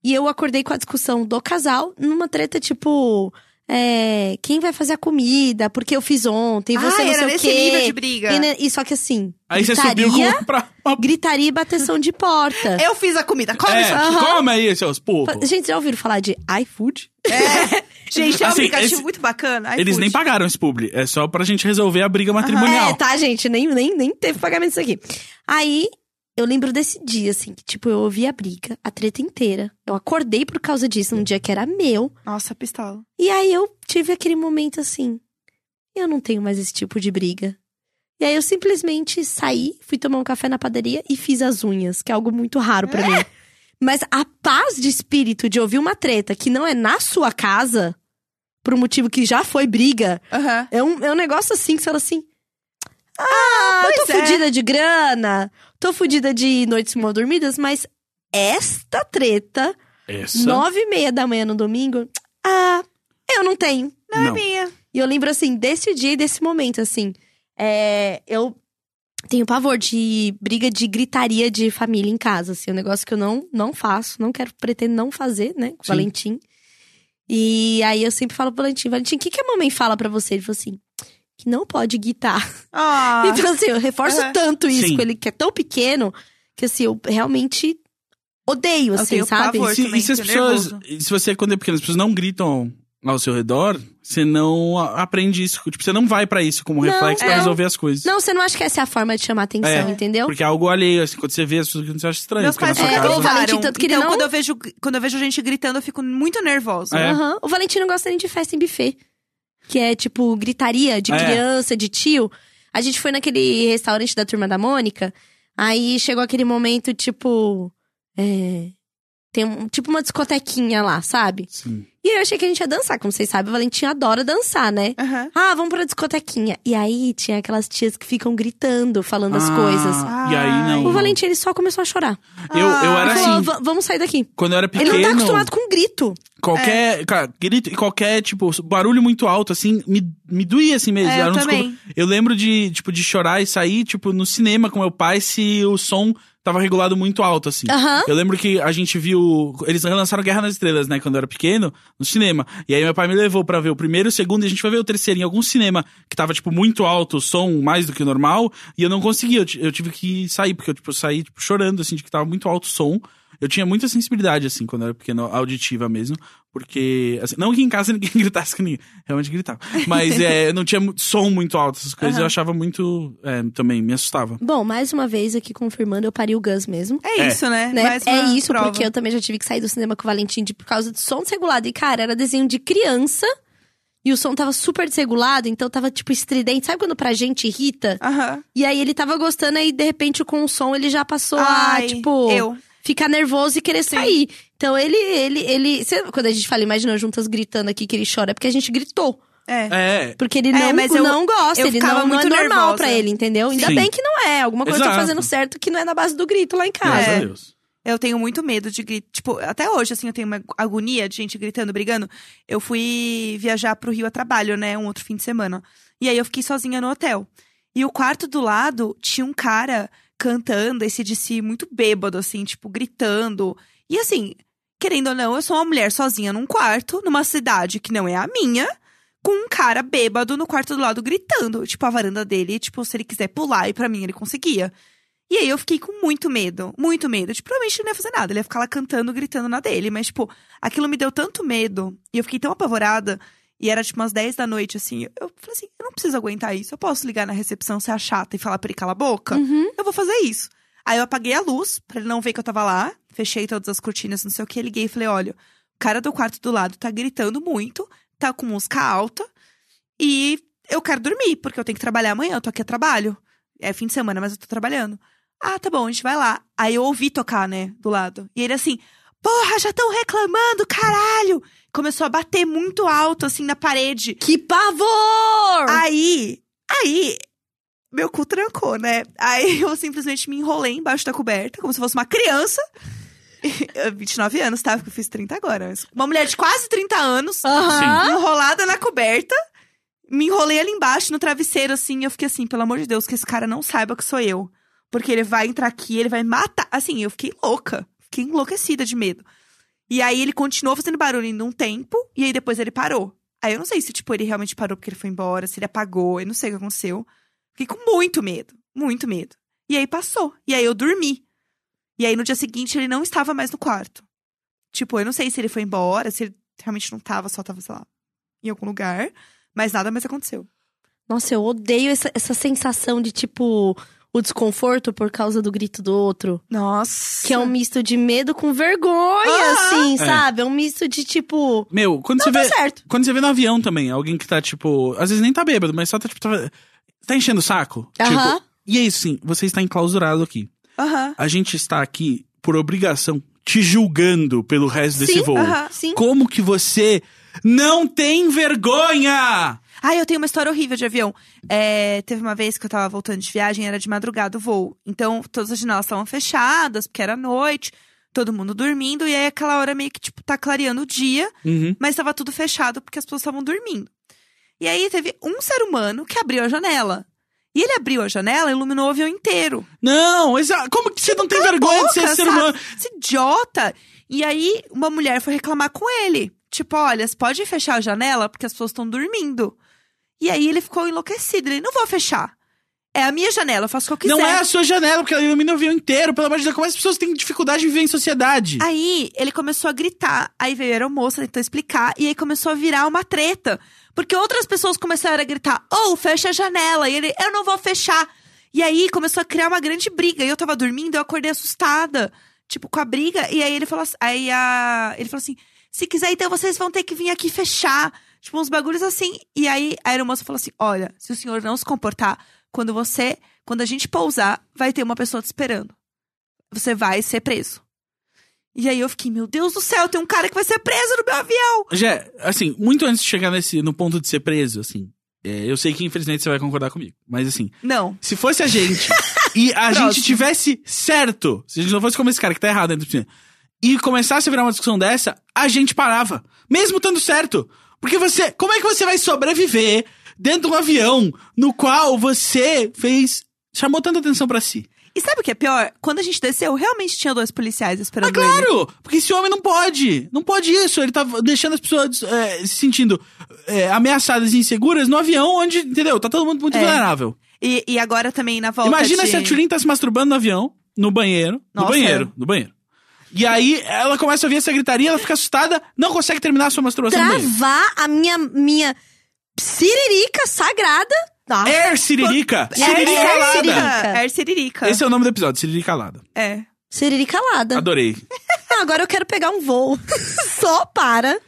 E eu acordei com a discussão do casal numa treta tipo. é, quem vai fazer a comida? Porque eu fiz ontem, você
ah,
não
era
sei o
nesse
quê.
nível de briga.
E, né, e só que assim.
Aí você
gritaria,
subiu com, pra uma...
Gritaria e bateção de porta.
Eu fiz a comida, come
é,
isso aqui.
Aham.
Como é isso, seus porcos?
Fa- Gente, já ouviram falar de iFood?
Gente, é um
Assim,
aplicativo
esse-
muito bacana. iFood.
Eles nem pagaram esse publi. É só pra gente resolver a briga matrimonial.
É, tá, gente? Nem, nem, nem teve pagamento isso aqui. Aí, eu lembro desse dia, assim, que tipo, eu ouvi a briga, a treta inteira. Eu acordei por causa disso, num dia que era meu.
Nossa, pistola.
E aí, eu tive aquele momento assim, eu não tenho mais esse tipo de briga. E aí, eu simplesmente saí, fui tomar um café na padaria e fiz as unhas, que é algo muito raro pra mim. Mas a paz de espírito de ouvir uma treta que não é na sua casa, por um motivo que já foi briga,
Aham.
é um, é um negócio assim que você fala assim. Ah, eu tô
pois é."
fudida de grana, tô fudida de noites mal dormidas, mas esta treta,
Essa?
nove e meia da manhã no domingo, ah, eu não tenho.
Não, é
Não.
minha.
E eu lembro assim, desse dia e desse momento, assim. é, eu tenho pavor de briga de gritaria de família em casa, assim, um negócio que eu não, não faço, não quero, pretendo não fazer, né, com o
Sim.
Valentim. E aí eu sempre falo pro Valentim, Valentim, o que, que a mamãe fala pra você? Ele falou assim, que não pode gritar.
Ah,
Então, assim, eu reforço
Aham.
tanto isso
Sim.
com ele, que é tão pequeno, que assim, eu realmente odeio, assim,
tenho
sabe?
pavor.
E se,
também,
e se as
tô
pessoas.
nervoso.
e Se você, quando é pequeno, as pessoas não gritam ao seu redor, você não a- aprende isso. Tipo, você não vai pra isso como
Não,
reflexo pra
é.
resolver as coisas.
Não, você não acha que essa é a forma de chamar atenção,
É,
entendeu?
Porque é algo alheio, assim, quando você vê as pessoas, você acha estranho.
meus
porque
pais
na sua
nunca
casa-
O Valentim,
louvaram.
tanto que ele
então,
não-
quando, eu vejo, quando eu vejo gente gritando, eu fico muito nervosa.
É.
Aham. O Valentim não gosta nem de festa em buffet. Que é tipo gritaria de
É.
criança, de tio. A gente foi naquele restaurante da turma da Mônica. Aí chegou aquele momento, tipo. é, tem um, tipo uma discotequinha lá, sabe?
Sim.
E eu achei que a gente ia dançar. Como vocês sabem, o Valentim adora dançar, né?
É.
Aham.
Ah, vamos pra discotequinha. E aí tinha aquelas tias que ficam gritando, falando as
Ah,
coisas.
E aí não.
Ah, O Valentim, ele só começou a chorar.
Eu, eu era
Ele falou,
assim,
"Va- vamos sair daqui.
quando eu era
Ele
pequeno.
não tá acostumado com grito.
É.
Qualquer ca- grito e qualquer, tipo, barulho muito alto, assim, me, me doía assim mesmo.
É,
era
eu
um desconfor-
também.
Eu lembro de, tipo, de chorar e sair, tipo, no cinema com meu pai se o som tava regulado muito alto, assim.
Aham.
Eu lembro que a gente viu. Eles lançaram Guerra nas Estrelas, né? Quando eu era pequeno, no cinema. E aí meu pai me levou pra ver o primeiro, o segundo, e a gente foi ver o terceiro em algum cinema que tava, tipo, muito alto, o som mais do que o normal. E eu não consegui, eu, ti- eu tive que sair, porque eu, tipo, saí, tipo, chorando, assim, de que tava muito alto o som. Eu tinha muita sensibilidade, assim, quando eu era pequeno, auditiva mesmo. Porque, assim, não que em casa ninguém gritasse que ninguém. Realmente gritava. Mas é, eu não tinha mu- som muito alto, essas coisas.
Aham.
Eu achava muito. é, também, me assustava.
Bom, mais uma vez aqui confirmando, eu parei o Gus mesmo.
É isso, né?
né?
Mais
É
uma
isso,
prova.
porque eu também já tive que sair do cinema com o Valentim de- por causa de som desregulado. E, cara, era desenho de criança e o som tava super desregulado, então tava tipo estridente. Sabe quando pra gente irrita?
Aham.
E aí ele tava gostando, aí de repente com o som ele já passou a,
Ai,
tipo,
eu.
ficar nervoso e querer sair. Então ele, ele, ele. cê- quando a gente fala, imagina juntas gritando aqui que ele chora, é porque a gente gritou.
É.
É,
Porque ele
É,
não,
mas eu-
não gosta,
eu
ele
ficava
não, não é
muito
normal
nervosa.
pra ele, entendeu? Ainda
Sim.
bem que não é. Alguma coisa
Exato.
tá fazendo certo que não é na base do grito lá em casa.
graças
é.
a Deus.
Eu tenho muito medo de gritar. Tipo, até hoje, assim, eu tenho uma agonia de gente gritando, brigando. Eu fui viajar pro Rio a trabalho, né? Um outro fim de semana. E aí eu fiquei sozinha no hotel. E o quarto do lado tinha um cara cantando esse de si muito bêbado, assim, tipo, gritando. E assim, querendo ou não, eu sou uma mulher sozinha num quarto, numa cidade que não é a minha, com um cara bêbado no quarto do lado gritando. Tipo, a varanda dele, tipo, se ele quiser pular, e pra mim ele conseguia. E aí eu fiquei com muito medo, muito medo. Tipo, provavelmente ele não ia fazer nada, ele ia ficar lá cantando, gritando na dele. Mas, tipo, aquilo me deu tanto medo e eu fiquei tão apavorada. E era tipo umas 10 da noite, assim. Eu falei assim: eu não preciso aguentar isso. Eu posso ligar na recepção, ser a chata e falar pra ele calar a boca?
Uhum.
Eu vou fazer isso. Aí eu apaguei a luz, pra ele não ver que eu tava lá. Fechei todas as cortinas, não sei o que. Liguei e falei: olha, o cara do quarto do lado tá gritando muito, tá com música alta. E eu quero dormir, porque eu tenho que trabalhar amanhã. Eu tô aqui a trabalho. É fim de semana, mas eu tô trabalhando. Ah, tá bom, a gente vai lá. Aí eu ouvi tocar, né, do lado. E ele assim, porra, já estão reclamando, caralho! Começou a bater muito alto, assim, na parede.
Que pavor!
Aí, aí, meu cu trancou, né? Aí eu simplesmente me enrolei embaixo da coberta, como se fosse uma criança. 29 anos, tá? Porque eu fiz 30 agora. mas Uma mulher de quase 30 anos,
Aham.
enrolada na coberta. Me enrolei ali embaixo no travesseiro, assim. e Eu fiquei assim, pelo amor de Deus, que esse cara não saiba que sou eu. Porque ele vai entrar aqui, ele vai matar. Assim, eu fiquei louca. Fiquei enlouquecida de medo. E aí ele continuou fazendo barulho ainda um tempo, e aí depois ele parou. Aí eu não sei se, tipo, ele realmente parou porque ele foi embora, se ele apagou, eu não sei o que aconteceu. Fiquei com muito medo, muito medo. E aí passou. E aí eu dormi. E aí no dia seguinte ele não estava mais no quarto. Tipo, eu não sei se ele foi embora, se ele realmente não tava, só tava, sei lá, em algum lugar. Mas nada mais aconteceu.
Nossa, eu odeio essa, essa sensação de, tipo, o desconforto por causa do grito do outro.
Nossa.
Que é um misto de medo com vergonha,
Aham.
assim,
É.
sabe? É um misto de, tipo,
Meu, quando você
não tá
vê.
certo.
Quando você vê no avião também, alguém que tá, tipo. Às vezes nem tá bêbado, mas só tá, tipo. Tá, tá enchendo o saco.
Aham.
Tipo, e é isso, sim. Você está enclausurado aqui.
Aham.
A gente está aqui por obrigação, te julgando pelo resto desse
Sim,
voo.
aham.
Sim.
Como que você não tem vergonha?
Ah, eu tenho uma história horrível de avião. É, teve uma vez que eu tava voltando de viagem, era de madrugada o voo. Então, todas as janelas estavam fechadas, porque era noite, todo mundo dormindo, e aí aquela hora meio que, tipo, tá clareando o dia,
Uhum.
mas tava tudo fechado porque as pessoas estavam dormindo. E aí teve um ser humano que abriu a janela. E ele abriu a janela e iluminou o avião inteiro.
Não, exa- como que você não tem vergonha de ser
Pouca,
ser
sabe?
humano?
Esse idiota. E aí, uma mulher foi reclamar com ele. Tipo, olha, você pode fechar a janela porque as pessoas estão dormindo. E aí ele ficou enlouquecido. Ele, não vou fechar. É a minha janela, eu faço o que eu quiser.
Não é a sua janela, porque ela ilumina o avião inteiro. Pelo amor de Deus, como é as pessoas têm dificuldade de viver em sociedade?
Aí ele começou a gritar, aí veio a aeromoça, tentou explicar, e aí começou a virar uma treta. Porque outras pessoas começaram a gritar, ou fecha a janela, e ele, eu não vou fechar. E aí começou a criar uma grande briga, e eu tava dormindo, eu acordei assustada, tipo, com a briga, e aí ele falou assim, aí a- ele falou assim, se quiser então vocês vão ter que vir aqui fechar, tipo, uns bagulhos assim. E aí a aeromoça falou assim, olha, se o senhor não se comportar, quando você, quando a gente pousar, vai ter uma pessoa te esperando. Você vai ser preso. E aí eu fiquei, meu Deus do céu, tem um cara que vai ser preso no meu avião.
Jé, assim, muito antes de chegar nesse, no ponto de ser preso, assim, é, eu sei que infelizmente você vai concordar comigo, mas assim,
Não.
se fosse a gente e a
Próximo.
gente tivesse certo, se a gente não fosse como esse cara que tá errado dentro do cinema, e começasse a virar uma discussão dessa, a gente parava, mesmo estando certo. Porque você, como é que você vai sobreviver dentro de um avião no qual você fez, chamou tanta atenção pra si?
E sabe o que é pior? Quando a gente desceu, realmente tinha dois policiais esperando
Ah, claro! Porque esse homem não pode. Não pode isso. Ele tá deixando as pessoas é, se sentindo é, ameaçadas e inseguras no avião onde, entendeu? Tá todo mundo muito
É.
vulnerável.
ele. E, e agora também na volta
Imagina
de...
se a Tulin tá se masturbando no avião, no banheiro.
Nossa.
No banheiro, no banheiro. E aí ela começa a ouvir essa gritaria, ela fica assustada, não consegue terminar a sua masturbação bem.
Travar a minha, minha siririca sagrada. Nossa.
Air Siririca!
É,
Siririca
é,
Alada.
Siririca.
É Siririca.
Esse é o nome do episódio, Siririca Alada.
É.
Siririca
Tá.
lada.
Adorei.
Ah, agora eu quero pegar um voo. Só para.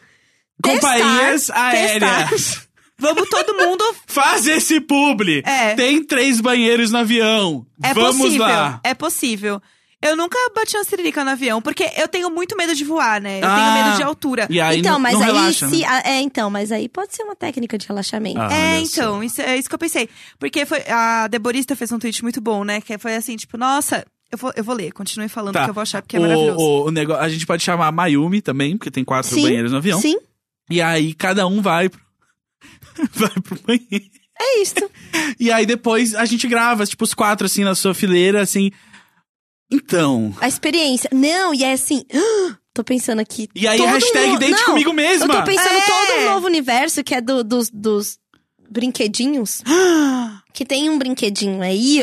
Companhias
testar,
aéreas.
Vamos todo mundo.
Faz esse publi!
É.
Tem três banheiros no avião.
É
Vamos
possível.
lá.
É possível. Eu nunca bati uma siririca no avião, porque eu tenho muito medo de voar, né? Eu
Ah.
tenho medo de altura.
E aí
então,
não,
mas
não
aí
relaxa,
se.
né?
ah, É, então, mas aí pode ser uma técnica de relaxamento.
Ah,
É,
olha só.
então, isso, é isso que eu pensei. Porque foi, a Deborista fez um tweet muito bom, né? Que foi assim, tipo, nossa, eu vou, eu vou ler, continue falando
Tá.
que eu vou achar, porque é
o,
maravilhoso.
o, o negócio, a gente pode chamar a Mayumi também, porque tem quatro
Sim,
banheiros no avião.
Sim,
E aí cada um vai pro, vai pro banheiro.
é isso.
E aí depois a gente grava, tipo, os quatro assim na sua fileira, assim. Então.
A experiência. Não, e é assim. Tô pensando aqui.
E aí
todo
hashtag
mundo-
date
não,
comigo
Eu
mesma.
tô pensando
É.
todo um novo universo que é do- dos, dos brinquedinhos. que tem um brinquedinho aí,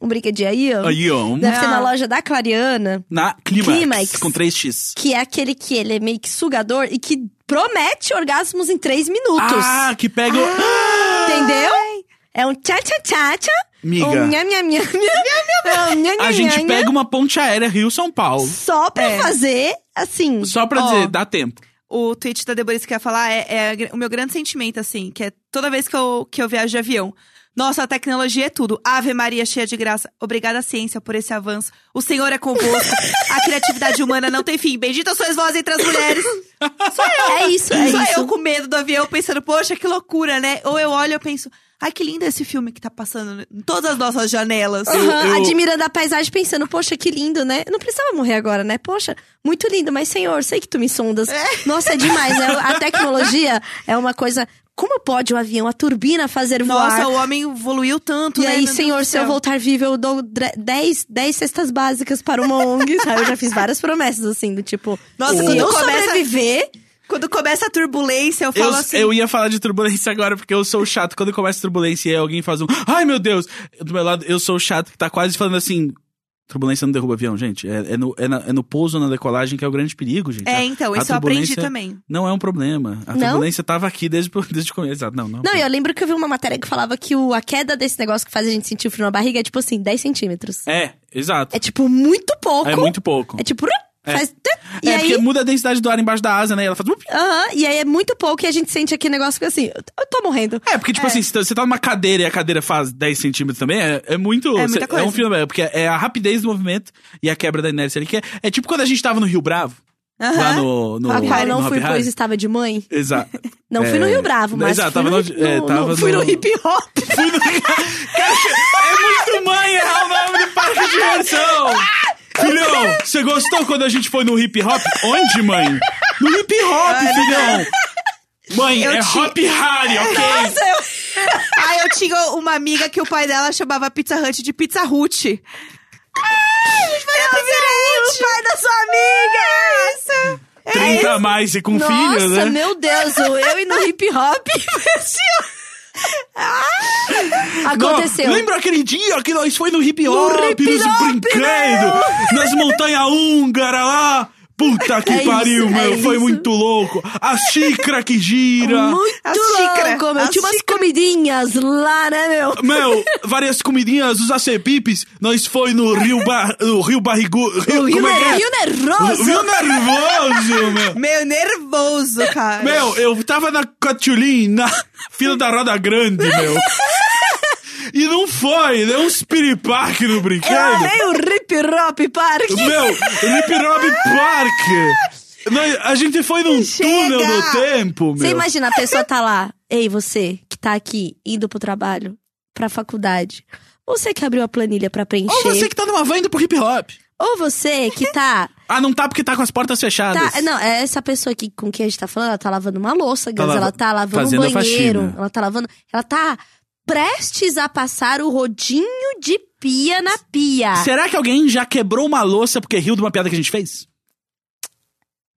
um brinquedinho aí, ó.
Aí, ó, um-
deve ser na
Ah.
loja da Clariana,
na Climax,
Climax.
com 3x.
que é aquele que ele é meio que sugador e que promete orgasmos em três minutos.
Ah, que pega. o-
Ah! Entendeu? É um tcha-tcha-tcha-tcha.
Miga.
Um nham-nham-nham.
A gente pega uma ponte aérea Rio-São Paulo.
Só pra
É.
fazer, assim...
Só pra
Ó.
dizer, dá tempo.
o tweet da Deborista que eu ia falar é, é a gr- o meu grande sentimento, assim, que é toda vez que eu, que eu viajo de avião. Nossa, a tecnologia é tudo. Ave Maria, cheia de graça. Obrigada, ciência, por esse avanço. O Senhor é convosco. a criatividade humana não tem fim. Bendita sois vós entre as mulheres.
É isso, é
Só
isso.
eu com medo do avião, pensando, poxa, que loucura, né? Ou eu olho e eu penso, ai, que lindo esse filme que tá passando em todas as nossas janelas.
Aham,
eu-
Admirando a paisagem, pensando, poxa, que lindo, né? Eu não precisava morrer agora, né? Poxa, muito lindo, mas senhor, sei que tu me sondas. Nossa, é demais, né? A tecnologia é uma coisa. Como pode o avião, a turbina, fazer voar?
Nossa, o homem evoluiu tanto,
e
né?
aí,
Meu Deus
senhor,
do
se eu
céu.
voltar vivo, eu dou 10 cestas básicas para uma ONG, sabe? Eu já fiz várias promessas, assim, do tipo,
Nossa,
se
quando
eu
começa-
sobreviver,
Quando começa a turbulência, eu falo
Eu,
assim.
eu ia falar de turbulência agora, porque eu sou o chato. Quando começa a turbulência e alguém faz um. Ai, meu Deus! Do meu lado, eu sou o chato que tá quase falando assim. Turbulência não derruba avião, gente. É, é no, é, na- é no pouso ou na decolagem que é o grande perigo, gente.
É, então,
A
isso eu aprendi
turbulência-
também.
Não é um problema. A
Não?
turbulência tava aqui desde, desde o começo. Exato, não, não.
Não, eu lembro que eu vi uma matéria que falava que o, a queda desse negócio que faz a gente sentir o frio na barriga é tipo assim, 10 centímetros.
É, exato.
É tipo muito pouco.
É, muito pouco.
É tipo. ru,
É.
Faz. tã,
É,
E, aí,
porque muda a densidade do ar embaixo da asa, né? E ela faz.
aham, e aí é muito pouco e a gente sente aquele negócio que assim, eu eu tô morrendo.
É, porque, tipo assim, se você tá numa cadeira e a cadeira faz 10 centímetros também, é, é muito.
É muita
cê-
coisa.
um fenômeno, porque é a rapidez do movimento e a quebra da inércia ali, que é, é tipo quando a gente tava no Rio Bravo, lá
Aham.
no. no
a qual eu
no
Ah, não
Hop
fui,
Hari.
pois estava de mãe.
Exato. É,
Não fui no Rio Bravo, mas.
Exato,
fui no,
tava no- é,
no-
tava
no- fui no
no-
hip hop.
é muito mãe errar o nome do parque de diversão! Filhão, você gostou quando a gente foi no hip hop? Onde, mãe? No hip hop, filhão! Mãe,
Eu
é
te-
Hop Hari, ok?
é
Ah, eu tinha uma amiga que o pai dela chamava Pizza Hut de Pizza Hut. eu virei o pai da sua
É
amiga! É
30 a mais e com filhos,
Nossa,
né?
meu Deus, o eu e no hip hop. Ah, Aconteceu.
Não, lembra aquele dia que nós foi no hip hop,
No hip
nos
hop, né?
brinquedos, nas montanhas húngaras lá? Puta que
É isso,
pariu,
é
meu, foi
isso.
muito louco. A xícara que gira.
Muito
A xícara,
louco, meu.
a
Tinha umas
xícara.
comidinhas lá, né, meu?
Meu, várias comidinhas, os acepipes, nós foi no Rio Bar, no Rio Barrigu, Rio,
Rio,
como é que é?
ner- Rio Nervoso.
Rio Nervoso, meu.
Meu nervoso, cara.
Meu, eu tava na Cotulin, na fila da roda grande, meu. E não foi, deu um piripaque no brinquedo.
Eu amei o hip hop park.
Meu, Hip Hop Park! Nós- a gente foi num
Chega!
túnel do tempo,
Você
meu.
imagina, a pessoa tá lá. Ei, você que tá aqui, indo pro trabalho, pra faculdade. Você que abriu a planilha pra preencher.
Ou você que tá numa van indo pro hip hop.
Ou você que tá.
Ah, não tá porque tá com as portas fechadas.
tá não, é essa pessoa aqui com quem a gente tá falando, ela tá lavando uma louça, Gans,
lava-
ela tá lavando um
fazendo a
banheiro.
faxina.
Ela tá lavando. Ela tá prestes a passar o rodinho de pia na pia.
tá.
Será que alguém já quebrou uma louça porque riu de uma piada que a gente fez?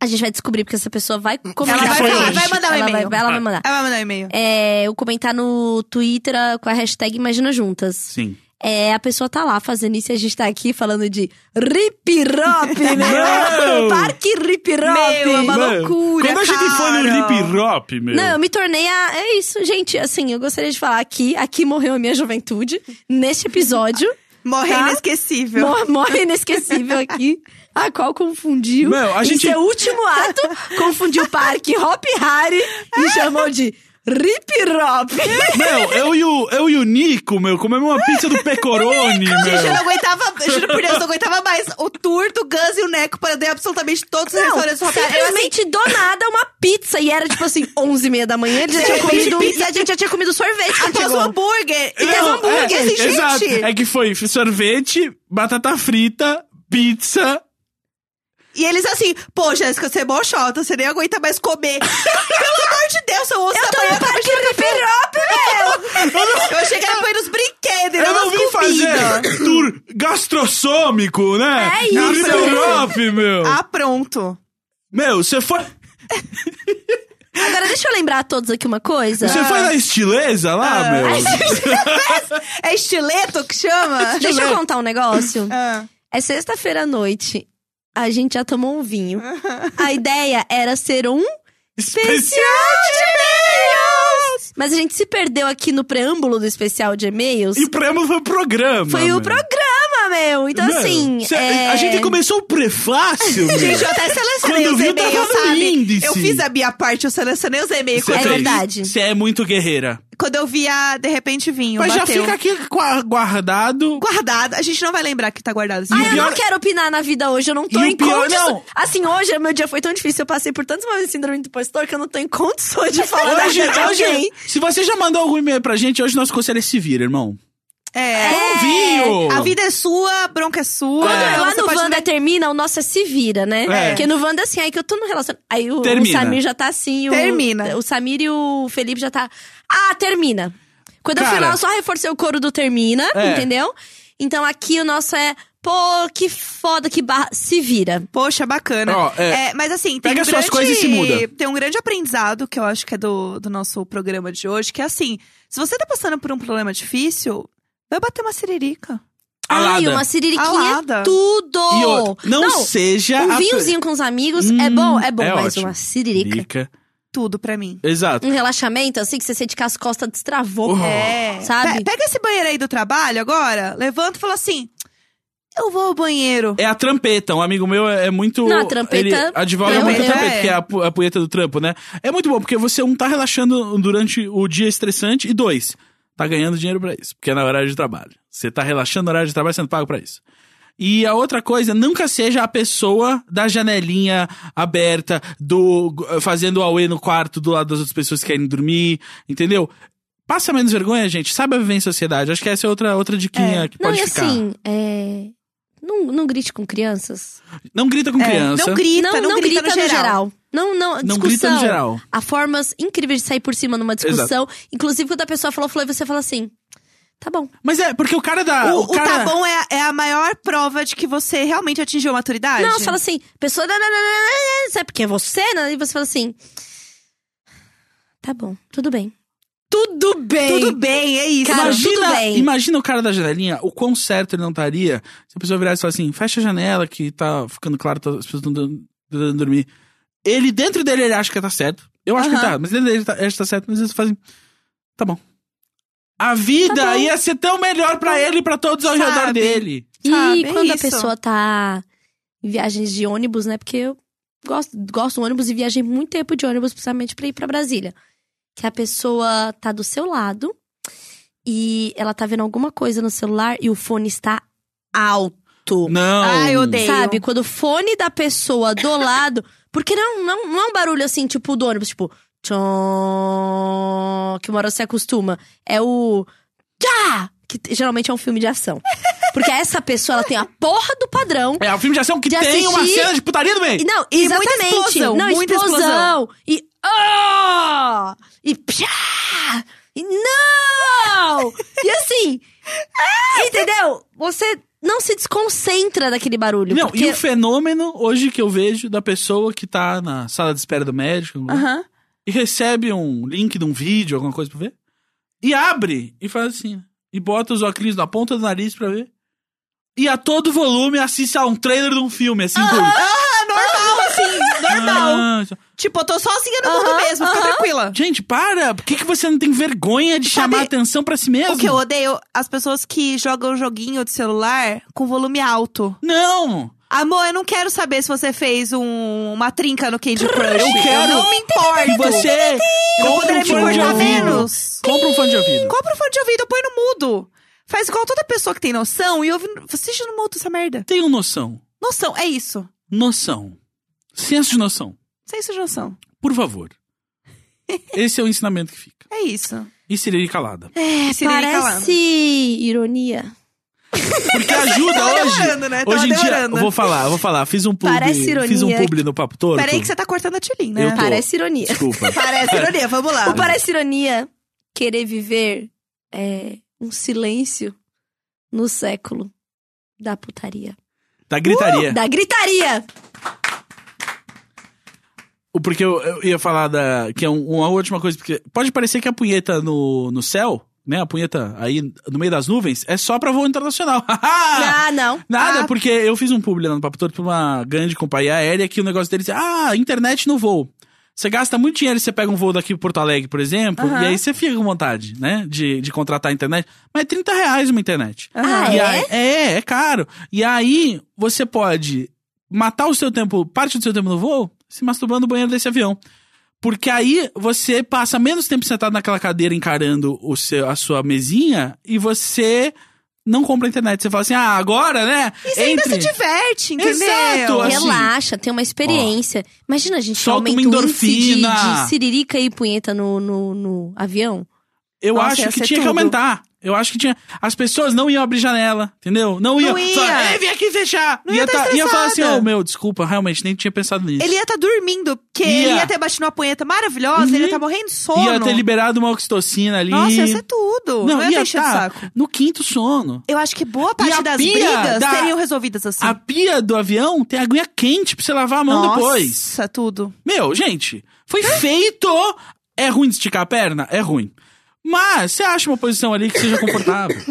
A gente vai descobrir, porque essa pessoa vai comentar.
vai
pra
falar,
gente.
vai mandar um
ela
e-mail.
Vai, ela vai mandar.
Ela vai mandar um e-mail.
É, eu comentar no Twitter ah, com a hashtag Imagina Juntas.
Sim.
É, a pessoa tá lá fazendo isso e a gente tá aqui falando de rip-rop,
Não!
meu! Parque rip-rop!
Meu, é uma
Mano,
loucura,
Quando a gente foi no
cara.
hip-hop, meu...
Não, eu me tornei a. É isso, gente. Assim, eu gostaria de falar aqui. Aqui morreu a minha juventude. Neste episódio.
Morre
Tá?
inesquecível.
Mor- morre inesquecível aqui. A qual confundiu.
Não, a gente-
Em seu último ato, confundiu o parque Hop Harry e chamou de Rip Rop.
Meu, eu e o, eu e o Nico, meu, comemos uma pizza do pecorone,
Gente, eu
meu.
não aguentava, juro por Deus, eu não aguentava mais o tour do Gus e o Neco para dar absolutamente todos os restaurantes do Hop Harry. Eu, assim,
Simplesmente do nada uma pizza. E era tipo assim, 11 h 30 da manhã. Eles já
De
tinham
repente,
comido. E a gente já tinha comido sorvete. Tipo, quando
após o
chegou.
um hambúrguer. E
Não,
teve hambúrguer,
é,
assim, gente.
Exato. É que foi sorvete, batata frita, pizza.
E eles assim, pô, Jéssica, você é bochota, você nem aguenta mais comer. Pelo amor de Deus, são 11 da manhã, eu acabei de pegar meu! Eu cheguei e foi nos brinquedos,
Eu não vim fazer tour gastrossômico, né?
É isso.
Hip-hop, meu.
Ah, pronto.
Meu, você foi,
Agora deixa eu lembrar a todos aqui uma coisa.
você foi na estileza lá,
Ah.
meu?
É estileto que chama?
Deixa eu contar um negócio.
Ah.
É sexta-feira à noite. A gente já tomou um vinho. A ideia era ser um especial de e-mails! Mas a gente se perdeu aqui no preâmbulo do especial de e-mails.
E prêmio foi o programa.
Foi
meu.
o programa, meu! Então,
Meu,
assim.
cê-
é...
A gente começou o prefácio, meu.
Gente, eu até selecionei
Quando
os
viu, tava
e-mails,
no
sabe?
índice.
Eu fiz a minha parte, eu selecionei os e-mails.
Cê
É
Quando,
fez.
verdade.
Você é muito guerreira.
quando eu vi a De Repente Vinho,
Mas já
bateu.
fica aqui gua- guardado.
guardado. A gente não vai lembrar que tá guardado. esse
Ah,
E o
eu
e-mail.
pior-
não quero opinar na vida hoje, eu não tô
E o
em
pior-
condições.
não.
Assim, hoje meu dia foi tão difícil, eu passei por tantos momentos de síndrome do impostor que eu não tô em condições de falar da
Hoje,
vida de
hoje,
alguém.
se você já mandou algum e-mail pra gente, hoje nosso conselho é se vira, irmão.
É.
Não viu?
A vida é sua, a bronca é sua.
Quando
você
lá no
pode
Wanda termina, o nosso é se vira, né?
É.
Porque no Wanda, assim, aí que eu tô no relacionamento. Aí o, o
Termina.
Samir já tá assim. O,
Termina.
O Samir e o Felipe já tá. Ah, termina. Quando eu fui
Cara.
lá, eu só reforcei o couro do termina,
É.
entendeu? Então aqui o nosso é. Pô, que foda, que barra. Se vira.
Poxa,
né?
bacana.
Ó, é.
é. mas assim, tem
Pega
um
suas
grande,
coisas e se muda.
Tem um grande aprendizado, que eu acho que é do, do nosso programa de hoje, que é assim, se você tá passando por um problema difícil, vai bater uma siririca.
Ai,
Alada.
uma siririquinha
Alada.
é tudo!
E outra, não, seja
Um
a
vinhozinho com os amigos é
Hum,
bom, é bom,
é
mas
ótimo.
uma siririca.
Rica.
Tudo pra mim.
Exato.
Um relaxamento, assim, que você sente que as costas destravou.
Oh.
É.
Sabe?
Pe- Pega esse banheiro aí do trabalho agora, levanta e fala assim, eu vou ao banheiro.
É a trampeta. Um amigo meu é é muito.
Não, a trampeta-
Ele advoga
Trampeta,
muito a trampeta,
é.
que é a, pu- a punheta do trampo, né? É muito bom, porque você, um, tá relaxando durante o dia estressante, e dois, tá ganhando dinheiro pra isso, porque é na horário de trabalho. Você tá relaxando no horário de trabalho sendo pago pra isso. E a outra coisa, nunca seja a pessoa da janelinha aberta, do fazendo auê no quarto do lado das outras pessoas que querem dormir, entendeu? Passa menos vergonha, gente. Sabe viver em sociedade. Acho que essa é outra, outra diquinha que
Não,
pode
e
ficar.
assim, é... não, não grite com crianças.
não grita com
É,
criança.
Não grita,
não,
não, grita, no geral.
Não, não, discussão.
Não grita no geral.
Há formas incríveis de sair por cima numa discussão. Inclusive, quando a pessoa falou, falou, e você fala assim, tá bom.
Mas é, porque o cara da.
O,
O,
o
cara...
tá bom é, é a maior prova de que você realmente atingiu a maturidade.
Não, você fala assim, pessoa, não, não, não, não, não, sabe porque é você, né? E você fala assim, tá bom, tudo bem. Tudo bem!
Tudo bem, é isso.
Cara, tudo
Imagina,
bem.
imagina o cara da janelinha, o quão certo ele não estaria se a pessoa virasse e falasse assim: fecha a janela que tá ficando claro, tá- as pessoas estão tentando dormir. Ele, dentro dele, ele acha que tá certo. Eu acho que
Aham.
tá, mas dentro dele ele tá- ele acha que tá certo, mas eles fazem. Tá bom. A vida
Tá bom.
ia ser tão melhor pra ele e pra todos ao
Sabe?
redor dele.
E
Sabe, é
quando a
isso.
pessoa tá em viagens de ônibus, né? Porque eu gosto, gosto do ônibus e viajei muito tempo de ônibus, principalmente pra ir pra Brasília. Que a pessoa tá do seu lado e ela tá vendo alguma coisa no celular e o fone está alto.
Não.
Ai, eu odeio.
Sabe? Quando o fone da pessoa do lado. Porque não, não, não é um barulho assim, tipo do ônibus, tipo. Tchon, que uma hora você acostuma. É o. Já! Que t- geralmente é um filme de ação. Porque essa pessoa, ela tem a porra do padrão.
É um filme de ação que
De
tem uma
assistir-
cena de putaria no meio.
E não,
É. E muita
exatamente.
explosão,
não,
muita
explosão.
explosão.
E. ah E. Pá! E não! E assim.
É.
entendeu? Você não se desconcentra daquele barulho.
Não,
porque...
e o fenômeno hoje que eu vejo da pessoa que tá na sala de espera do médico
Aham.
e recebe um link de um vídeo, alguma coisa pra ver, e abre e faz assim. e bota os óculos na ponta do nariz pra ver. E a todo volume assiste a um trailer de um filme, assim, por.
Ah, normal, assim, normal.
Ah, isso-
Tipo, eu tô sozinha no mundo mesmo, fica tranquila.
gente, para! Por que, que você não tem vergonha de
Sabe,
chamar atenção pra si mesmo?
O que eu odeio, as pessoas que jogam joguinho de celular com volume alto.
Não!
Amor, eu não quero saber se você fez um- uma trinca no Candy Crush.
Eu quero.
não me importo.
E você
Eu
compra
poderia
um
me
fone de
importar
ouvido.
menos.
Compra um fone de ouvido.
Compra um fone de ouvido, põe no mudo. Faz igual toda pessoa que tem noção e ouve. Você já não muda essa merda.
Tenham noção.
Noção, é isso.
Noção. Senso de noção.
Sem de noção.
Por favor. Esse é o ensinamento que fica.
É isso.
E Sirene calada.
É,
Parece ironia.
Porque ajuda
Tava
hoje.
demorando, né? Tava
Hoje em dia, eu
demorando.
vou falar, eu vou falar. Fiz um publi,
Parece ironia.
fiz um publi no Papo Torto.
Peraí que você tá cortando a Tilin,
Eu
né?
tô.
Parece ironia.
Desculpa.
Parece ironia, vamos lá.
Ou parece ironia querer viver é, um silêncio no século da putaria.
Da gritaria.
Da gritaria!
O- Porque eu, eu ia falar da. Que é um- uma última coisa. Porque pode parecer que a punheta no, no céu, né? A punheta aí no meio das nuvens, é só pra voo internacional.
Ah, não.
Nada,
Ah.
porque eu fiz um publi lá no Papo Torto pra uma grande companhia aérea que o negócio deles é, ah, internet no voo. Você gasta muito dinheiro e você pega um voo daqui pro Porto Alegre, por exemplo,
Aham.
e aí você fica com vontade, né, de, de contratar a internet. Mas é 30 reais uma internet.
Aham.
Ah,
E
é?
aí- é, é caro. E aí você pode matar o seu tempo, parte do seu tempo no voo, se masturbando no banheiro desse avião. Porque aí você passa menos tempo sentado naquela cadeira encarando o seu, a sua mesinha e você não compra a internet. Você fala assim, ah, agora, né?
E você ainda se diverte, entendeu?
Exato, assim-
Relaxa, tem uma experiência. Imagina a gente
Solta
aumenta
uma
o índice de,
endorfina.
de siririca e punheta no, no, no avião.
Eu
Nossa,
acho
ia
que
ser
tinha que
tudo.
aumentar. Eu acho que tinha. As pessoas não iam abrir janela, entendeu? Não iam.
Não ia.
Falar, Ei, vem aqui fechar!
Não
ia,
ia tá
tá- ia falar assim,
estressada.
oh, meu, desculpa, realmente nem tinha pensado nisso.
Ele ia estar dormindo, porque
Ia. Uhum.
ele ia ter batido uma punheta maravilhosa, ele ia estar morrendo de sono.
Ia ter liberado uma oxitocina ali.
é Nossa, ia ser tudo. Não, ia ter encher o
tá
saco.
No quinto sono.
Eu acho que boa
E a
parte das
pia
brigas
da-
seriam resolvidas assim.
A pia do avião tem aguinha quente pra você lavar a mão
Nossa,
depois.
tudo.
Meu, gente, foi feito! É ruim de esticar a perna? É ruim. Mas você acha uma posição ali que seja confortável.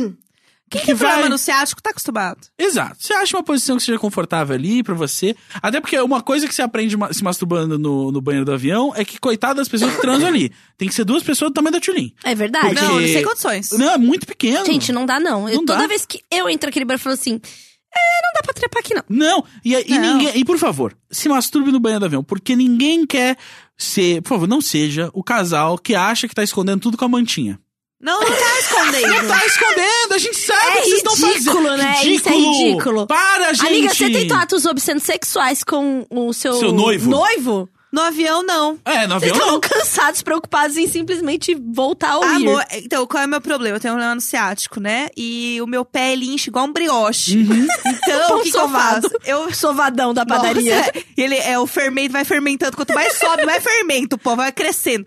Quem
Que
tem problema
vai-
no ciático tá acostumado.
Exato. Você acha uma posição que seja confortável ali pra você. Até porque uma coisa que você aprende ma- se masturbando no, no banheiro do avião é que, coitado das pessoas que transam ali. Tem que ser duas pessoas do tamanho da Tulin.
É verdade.
Porque-
Não, não tem condições.
Não, é muito pequeno.
Gente, não dá não. Eu-
Não
toda
dá.
vez que eu entro aquele bar, eu falo assim: é, não dá pra trepar aqui não.
Não, e, e
Não.
ninguém. E por favor, se masturbe no banheiro do avião, porque ninguém quer ser. Por favor, não seja o casal que acha que tá escondendo tudo com a mantinha.
Não, não tá escondendo.
Tá escondendo, a gente sabe
É
o que vocês estão
ridículo,
fazendo.
né? Isso é ridículo.
Para, gente.
Amiga, você tem atos obscenos sexuais com o seu,
Seu noivo? Tá
noivo?
no avião, não.
É,
Vocês
no avião
estavam
não.
cansados, preocupados em simplesmente voltar ao ir.
Amor, então, qual é o meu problema? Eu tenho um problema no ciático, né? E o meu pé, ele enche igual um brioche.
Uhum.
Então,
Pão
o que, que eu faço?
sovado.
Eu...
Sovadão da padaria.
Nossa, e ele é o fermento, vai fermentando. Quanto mais sobe, mais fermento, pô, vai crescendo.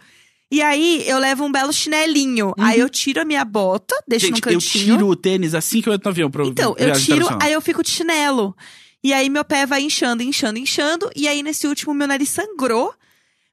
E aí, eu levo um belo chinelinho. Aí eu tiro a minha bota, deixo num
Gente, eu
cantinho.
tiro o tênis assim que eu entro no avião. Pra
Então, eu
viagem
tiro,
internacional.
aí eu fico de chinelo. E aí meu pé vai inchando, inchando, inchando. E aí nesse último meu nariz sangrou.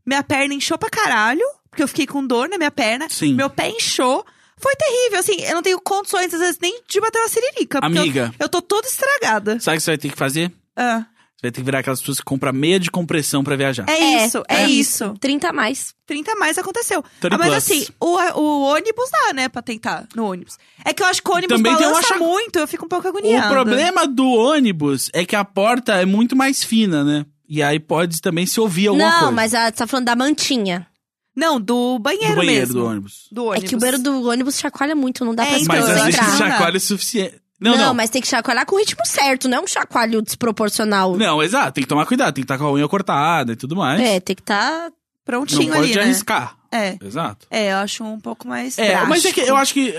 Minha perna inchou pra caralho, porque eu fiquei com dor na minha perna.
Sim.
Meu pé inchou. Foi terrível, assim, eu não tenho condições, às vezes, nem de bater uma siririca. porque
Amiga.
Eu, eu tô toda estragada.
Sabe o que você vai ter que fazer?
Ah,
Você vai ter que virar aquelas pessoas que compram meia de compressão pra viajar.
é, isso, é, isso.
30 a mais.
30 a mais aconteceu.
30
Ah, mas
plus.
assim, o, o ônibus dá, né, pra tentar no ônibus. É que eu acho que o ônibus
Também tem um
balança
acha-
muito, eu fico um pouco agoniada.
O problema do ônibus é que a porta é muito mais fina, né? E aí pode também se ouvir alguma
não,
coisa.
mas a, você tá falando da mantinha.
Não, do
do
banheiro,
banheiro
mesmo.
do ônibus.
Do ônibus.
É que o banheiro do ônibus chacoalha muito, não dá
É,
pra se
então,
mas
eu
às vezes
entrar.
chacoalha o é suficiente. Não, não.
mas tem que chacoalhar com o ritmo certo, não é um chacoalho desproporcional.
Não, exato. Tem que tomar cuidado. Tem que estar com a unha cortada e tudo mais.
É, tem que tá.
não
prontinho
pode
ali, né?
arriscar.
É.
Exato.
É, eu acho um pouco mais.
É,
drástico.
mas é que eu acho que.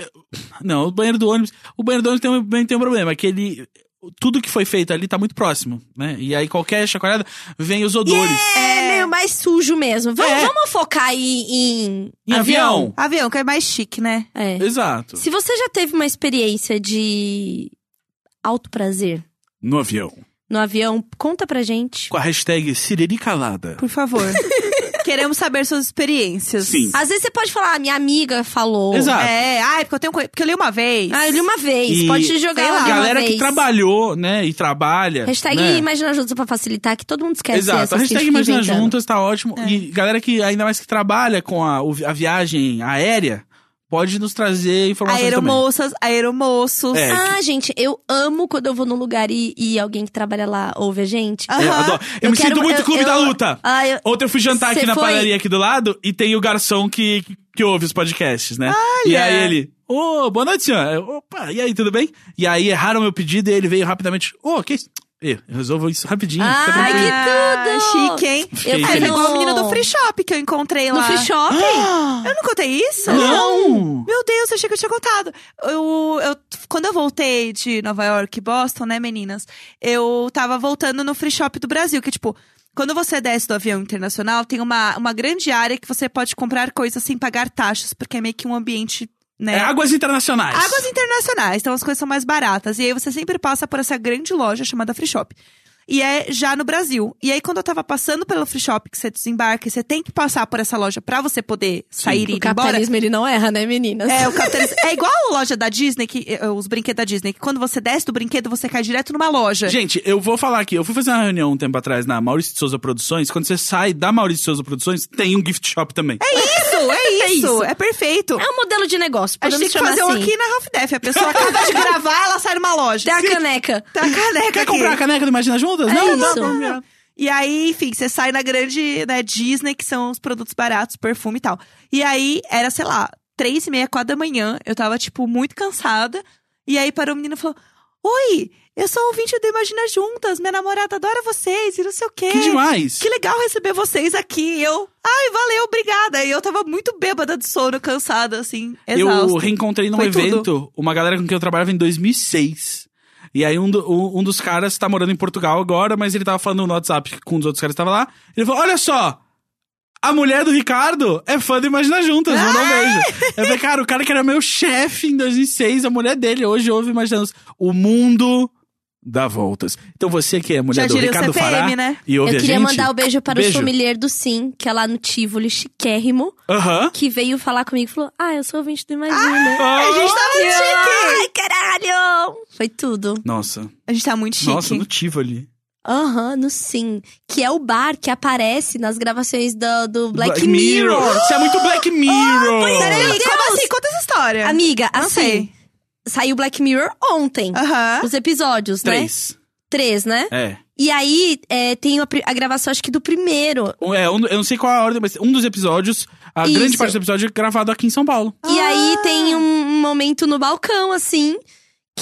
Não, o banheiro do ônibus. O banheiro do ônibus tem, um- também tem um problema, é que ele. Tudo que foi feito ali tá muito próximo, né? E aí qualquer chacoalhada vem os odores.
É meio mais sujo mesmo. Vamos,
É.
vamos focar aí em.
Em avião.
Avião, que é mais chique, né?
É.
Exato.
Se você já teve uma experiência de alto prazer
No avião.
no avião, conta pra gente.
Com a hashtag Siriri Calada.
Por favor. que Queremos saber suas experiências.
Sim.
Às vezes você pode falar, ah, minha amiga falou.
Exato.
É, ai, porque eu tenho. co- Porque eu li uma vez.
Ah, eu li uma vez.
E
pode jogar lá.
sei lá,
A
de uma
galera que
vez.
trabalhou, né, e trabalha.
Hashtag
né?
Imagina Juntas pra facilitar, que todo mundo esquece
Exato,
essa,
a
assim,
hashtag
fica
Imagina
inventando. É.
Juntas tá ótimo. E galera que, ainda mais que trabalha com a, o vi- a viagem aérea, pode nos trazer informações também.
Aeromoças, aeromoços.
É.
Ah, gente, eu amo quando eu vou num lugar e, e alguém que trabalha lá ouve a gente.
Ah,
É, eu
Aham.
adoro. Eu, me
quero-
sinto muito
eu-
clube
eu-
da luta.
Ah, eu-
Ontem eu fui jantar aqui
Cê
na
foi?
padaria aqui do lado e tem o garçom que, que ouve os podcasts, né? E aí ele, ô, boa noite, senhora. Eu, Opa, e aí, tudo bem? E aí erraram meu pedido e ele veio rapidamente, ô, que isso? Ê, Eu resolvo isso rapidinho. fica
Ai,
tranquilo."
que tudo!
Chique, hein?
Eu
Ah,
fui
ele é
no-
igual a menina do free shop que eu encontrei lá.
No free shop?
Eu não contei isso?
Não!
Meu Deus, eu achei que eu tinha contado. Eu, eu, quando eu voltei de Nova York e Boston, né, meninas? Eu tava voltando no free shop do Brasil, que tipo. Quando você desce do avião internacional, tem uma, uma grande área que você pode comprar coisas sem pagar taxas, porque é meio que um ambiente, né?
É águas internacionais.
Águas internacionais, então as coisas são mais baratas. E aí você sempre passa por essa grande loja chamada Free Shop. E é já no Brasil. E aí, quando eu tava passando pelo Free Shop, que você desembarca e você tem que passar por essa loja pra você poder sair e
O
ir embora.
capitalismo, ele não erra, né, meninas?
É, o capitalismo. é igual a loja da Disney, que, eh, os brinquedos da Disney, que quando você desce do brinquedo, você cai direto numa loja.
Gente, eu vou falar aqui. Eu fui fazer uma reunião um tempo atrás na Maurício de Souza Produções. Quando você sai da Maurício de Souza Produções, tem um gift shop também.
É isso, é isso, é
isso.
perfeito.
É um modelo de negócio,
a
podemos
gente tem que
chamar
fazer um
assim.
aqui na Half Def. A pessoa acaba de gravar, ela sai numa loja.
Tem a caneca.
Tá a caneca
Quer
aqui.
comprar a caneca do Imagina Juntas?
É
não, não,
isso.
não, não.
E aí, enfim, você sai na grande né, Disney, que são os produtos baratos, perfume e tal. E aí, era, sei lá, três e meia, quatro da manhã. Eu tava, tipo, muito cansada. E aí, parou o menino e falou... Oi, eu sou um ouvinte do Imagina Juntas. Minha namorada adora vocês e não sei o quê.
Que demais.
Que legal receber vocês aqui. E Eu... Ai, valeu, obrigada. E eu tava muito bêbada de sono, cansada, assim,
eu
exausta.
reencontrei num
Foi
evento uma galera com quem eu trabalhava em 2006. E aí um, do- um- um dos caras tá morando em Portugal agora, mas ele tava falando no WhatsApp com um dos outros caras que tava lá. Ele falou, olha só... A mulher do Ricardo é fã do Imagina Juntas, mandou um beijo. Eu falei, cara, o cara que era meu chefe em 2006, a mulher dele hoje ouve Imagina Juntas. O mundo dá voltas. Então você que é mulher
Já
do
diria o
Ricardo
CPM,
Fará
né?
e ouve
Eu
a
queria
gente...
mandar o beijo para
Beijo.
o sommelier do Sim, que é lá no Tivoli, chiquérrimo,
Aham.
que veio falar comigo e falou, ah, eu sou ouvinte do Imagina.
Ah,
A gente tá
Ai,
tava chique.
Ai, caralho! Foi tudo.
Nossa,
A gente tá muito chique.
nossa, no Tivoli.
Aham, no Sim. Que é o bar que aparece nas gravações do, do Black, Oh,
Isso é muito Black Mirror.
Peraí,
Como assim? Conta essa história.
Amiga,
Não
assim,
sei.
saiu Black Mirror ontem.
Aham.
Os episódios, né?
Três.
Três, né?
É.
E aí, é, tem a, pri- a gravação, acho que do primeiro.
Um- é um- eu não sei qual a ordem, mas um dos episódios, a
Isso.
grande parte do episódio é gravado aqui em São Paulo.
E aí,
Ah.
tem um momento no balcão, assim,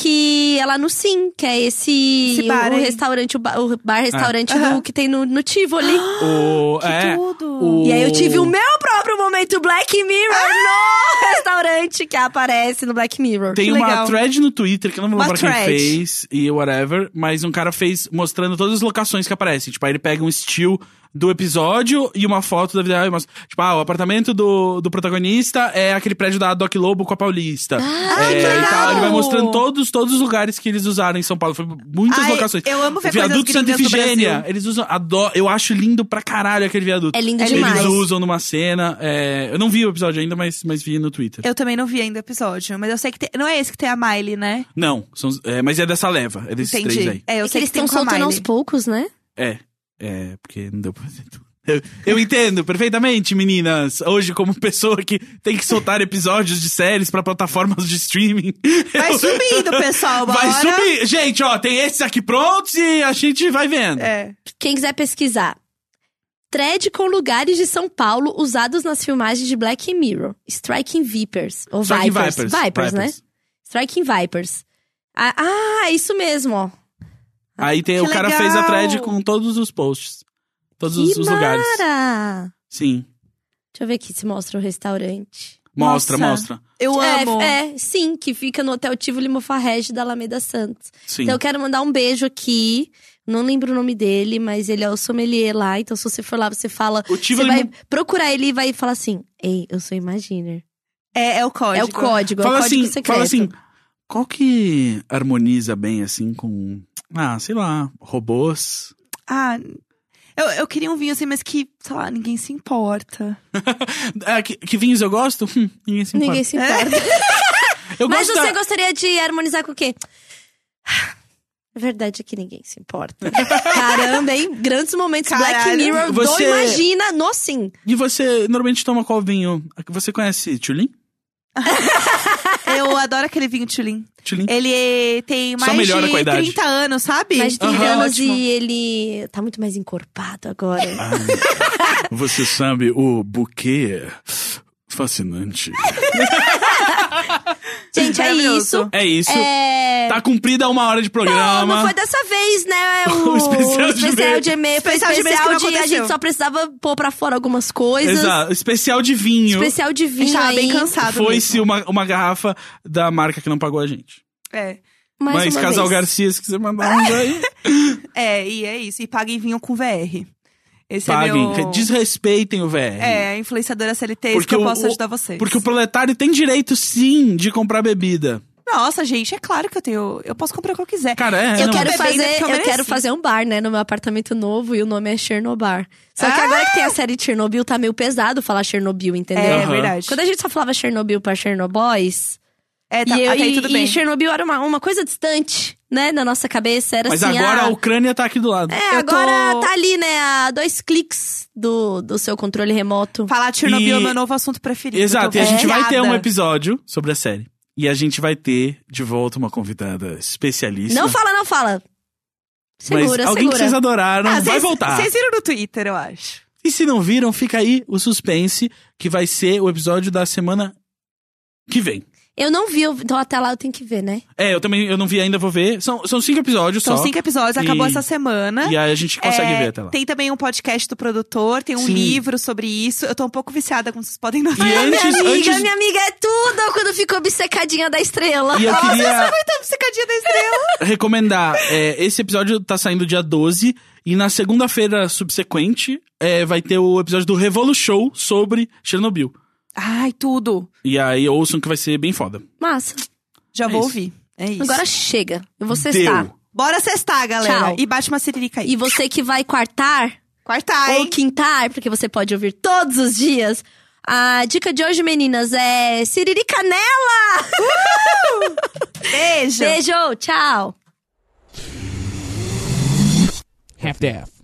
que é lá no Sim, que é esse…
Esse bar
o,
aí.
restaurante, o bar,
Ah.
restaurante
Aham.
que tem no, no Tivoli.
o, é,
tudo.
o-
E aí eu tive um o meu próprio momento Black Mirror
Ah!
no restaurante que aparece no Black Mirror.
Tem
que
uma
legal.
thread no Twitter, que eu não vou
Uma
lembrar quem
thread.
fez e whatever, mas um cara fez mostrando todas as locações que aparecem. Tipo, aí ele pega um still do episódio e uma foto da vida real. e mostra. Tipo, ah, o apartamento do, do protagonista é aquele prédio da Doc Lobo com a Paulista.
Ah,
é,
que
e tal.
legal!
Ele vai mostrando todos, todos os lugares que eles usaram em São Paulo. Foi muitas
Ai,
locações.
Ah, é, eu amo ver
o viaduto
coisas
Santa
gringas do
Ifigênia.
Brasil.
Eles usam. adoro- eu acho lindo pra caralho aquele viaduto.
É lindo
É
demais.
Eles usam numa cena. é, eu não vi o episódio ainda, mas, mas vi no Twitter.
Eu também não vi ainda o episódio, mas eu sei que tem- não é esse que tem a Miley, né?
Não, são os- é, mas é dessa leva, é desses
Entendi.
três aí.
É, eu
É que
sei
eles
que
estão
tem um com a
soltando aos
Miley.
poucos, né?
É, é, porque não deu pra fazer tudo. Eu, eu entendo perfeitamente, meninas. Hoje, como pessoa que tem que soltar episódios de séries pra plataformas de streaming.
Vai
eu-
subindo, pessoal, uma
Vai
hora.
subir! Gente, ó, tem esses aqui prontos e a gente vai vendo.
É.
Quem quiser pesquisar. Thread com lugares de São Paulo usados nas filmagens de Black Mirror. Striking Vipers. Ou
Só que
Vipers. Vipers, né?
Vipers.
Striking Vipers. Ah, ah, isso mesmo, ó.
Aí tem,
Que
o cara fez a
legal!
thread com todos os posts. Todos os,
que
os lugares.
mara!
Sim.
Deixa eu ver aqui se mostra o restaurante.
Mostra,
Nossa.
mostra.
Eu
é,
amo.
é, sim, que fica no Hotel Tivoli Mofarrege da Alameda Santos.
Sim.
Então eu quero mandar um beijo aqui. Não lembro o nome dele, mas ele é o sommelier lá. Então se você for lá, você fala.
O
Você
Tivoli
vai procurar ele e vai falar assim: Ei, eu sou Imaginer.
É, é o código.
É o código, é
fala
o código
assim,
secreto.
fala assim, qual que harmoniza bem assim com, ah, sei lá, robôs?
Ah, Eu, eu queria um vinho assim, mas que, sei lá, ninguém se importa.
Ah, que, que vinhos eu gosto? Hum, ninguém se importa.
Ninguém se importa.
Eu
Mas
gosto
você
da-
gostaria de harmonizar com o quê? A verdade é que ninguém se importa. Caramba, hein? Grandes momentos. Black
Caralho.
Mirror
Você-
do Imagina no Sim.
E você normalmente toma qual vinho? Você conhece Tulin?
Eu adoro aquele vinho Tulin.
Tulin?
É.
Ele tem
Só
mais
melhora
de
com a idade.
30 anos, sabe?
Mais de 30
Aham,
anos
Ótimo.
e ele tá muito mais encorpado agora.
Ah. Você sabe o buquê fascinante.
Gente, é
Maravilhoso.
isso.
É isso.
É...
Tá cumprida uma hora de
Não, não
programa.
foi dessa vez, né? O,
O especial de
especial
e-mail.
de e-mail. Foi
Especial de e-mail
especial
que não
de... A
aconteceu.
gente só precisava pôr pra fora algumas coisas.
Exato. Especial de vinho.
Especial de
A gente
vinho
tava bem
aí.
cansado.
Foi-se
mesmo.
uma, uma garrafa da marca que não pagou a gente.
É.
Mais
Mas,
uma
Casal
vez.
Garcia, se quiser mandar uns aí.
é, e é isso. E paguem vinho com VR. Esse é
Paguem.
meu...
Desrespeitem o VR.
É, influenciadora CLT, isso que eu posso ajudar vocês.
Porque o proletário tem direito, sim, de comprar bebida.
Nossa, gente, é claro que eu tenho... Eu posso comprar o que eu quiser.
Cara, é.
Eu
não.
quero
Bebida
fazer,
porque eu
eu,
mereci.
quero fazer um bar, né, no meu apartamento novo e o nome é Chernobar. Só que
Ah!
agora que tem a série Chernobyl, tá meio pesado falar Chernobyl,
É,
entendeu?
Aham.
verdade.
Quando a gente só falava Chernobyl pra Chernoboys,
É, tá,
e, eu-
até aí
e-
tudo
e
bem.
Chernobyl era uma, uma coisa distante, né, na nossa cabeça, era
Mas
assim,
agora
ah,
a Ucrânia tá aqui do lado.
é,
Eu tô-
agora tá ali, né, a dois cliques do, do seu controle remoto.
Falar de Chernobyl
E-
é o meu novo assunto preferido.
Exato,
eu
e a
tô
gente vai ter um
viciada.
episódio sobre a série. E a gente vai ter de volta uma convidada especialista.
Não fala, não fala.
mas
Segura,
alguém que
segura.
vocês adoraram
Ah,
vai
vocês-
voltar.
Vocês viram no Twitter, eu acho.
E se não viram, fica aí o suspense, que vai ser o episódio da semana que vem.
Eu não vi, eu- então até lá eu tenho que ver, né?
É, eu também eu não vi ainda, vou ver. São, são cinco episódios
São
só.
cinco episódios, acabou
E-
essa semana.
E aí a gente consegue
É,
ver até lá.
Tem também um podcast do produtor, tem um
Sim.
livro sobre isso. Eu tô um pouco viciada, como vocês podem notar.
E antes,
minha amiga,
antes-
minha amiga é tudo quando ficou obcecadinha da estrela.
E eu queria
Tá psicadinha da estrela.
recomendar. é, esse episódio tá saindo dia 12. E na segunda-feira subsequente é, vai ter o episódio do Revolu Show sobre Chernobyl.
Ai, tudo.
E aí ouçam que vai ser bem foda.
Massa.
Já vou
isso.
ouvir. É isso.
Agora chega. Eu vou cestar.
Deu.
Bora cestar, galera.
Tchau.
E bate uma siririca aí.
E você que vai quartar
Quartar,
ou
hein?
quintar, porque você pode ouvir todos os dias. A dica de hoje, meninas, é Siriri Canela!
Beijo.
Beijo, tchau!
half-daff.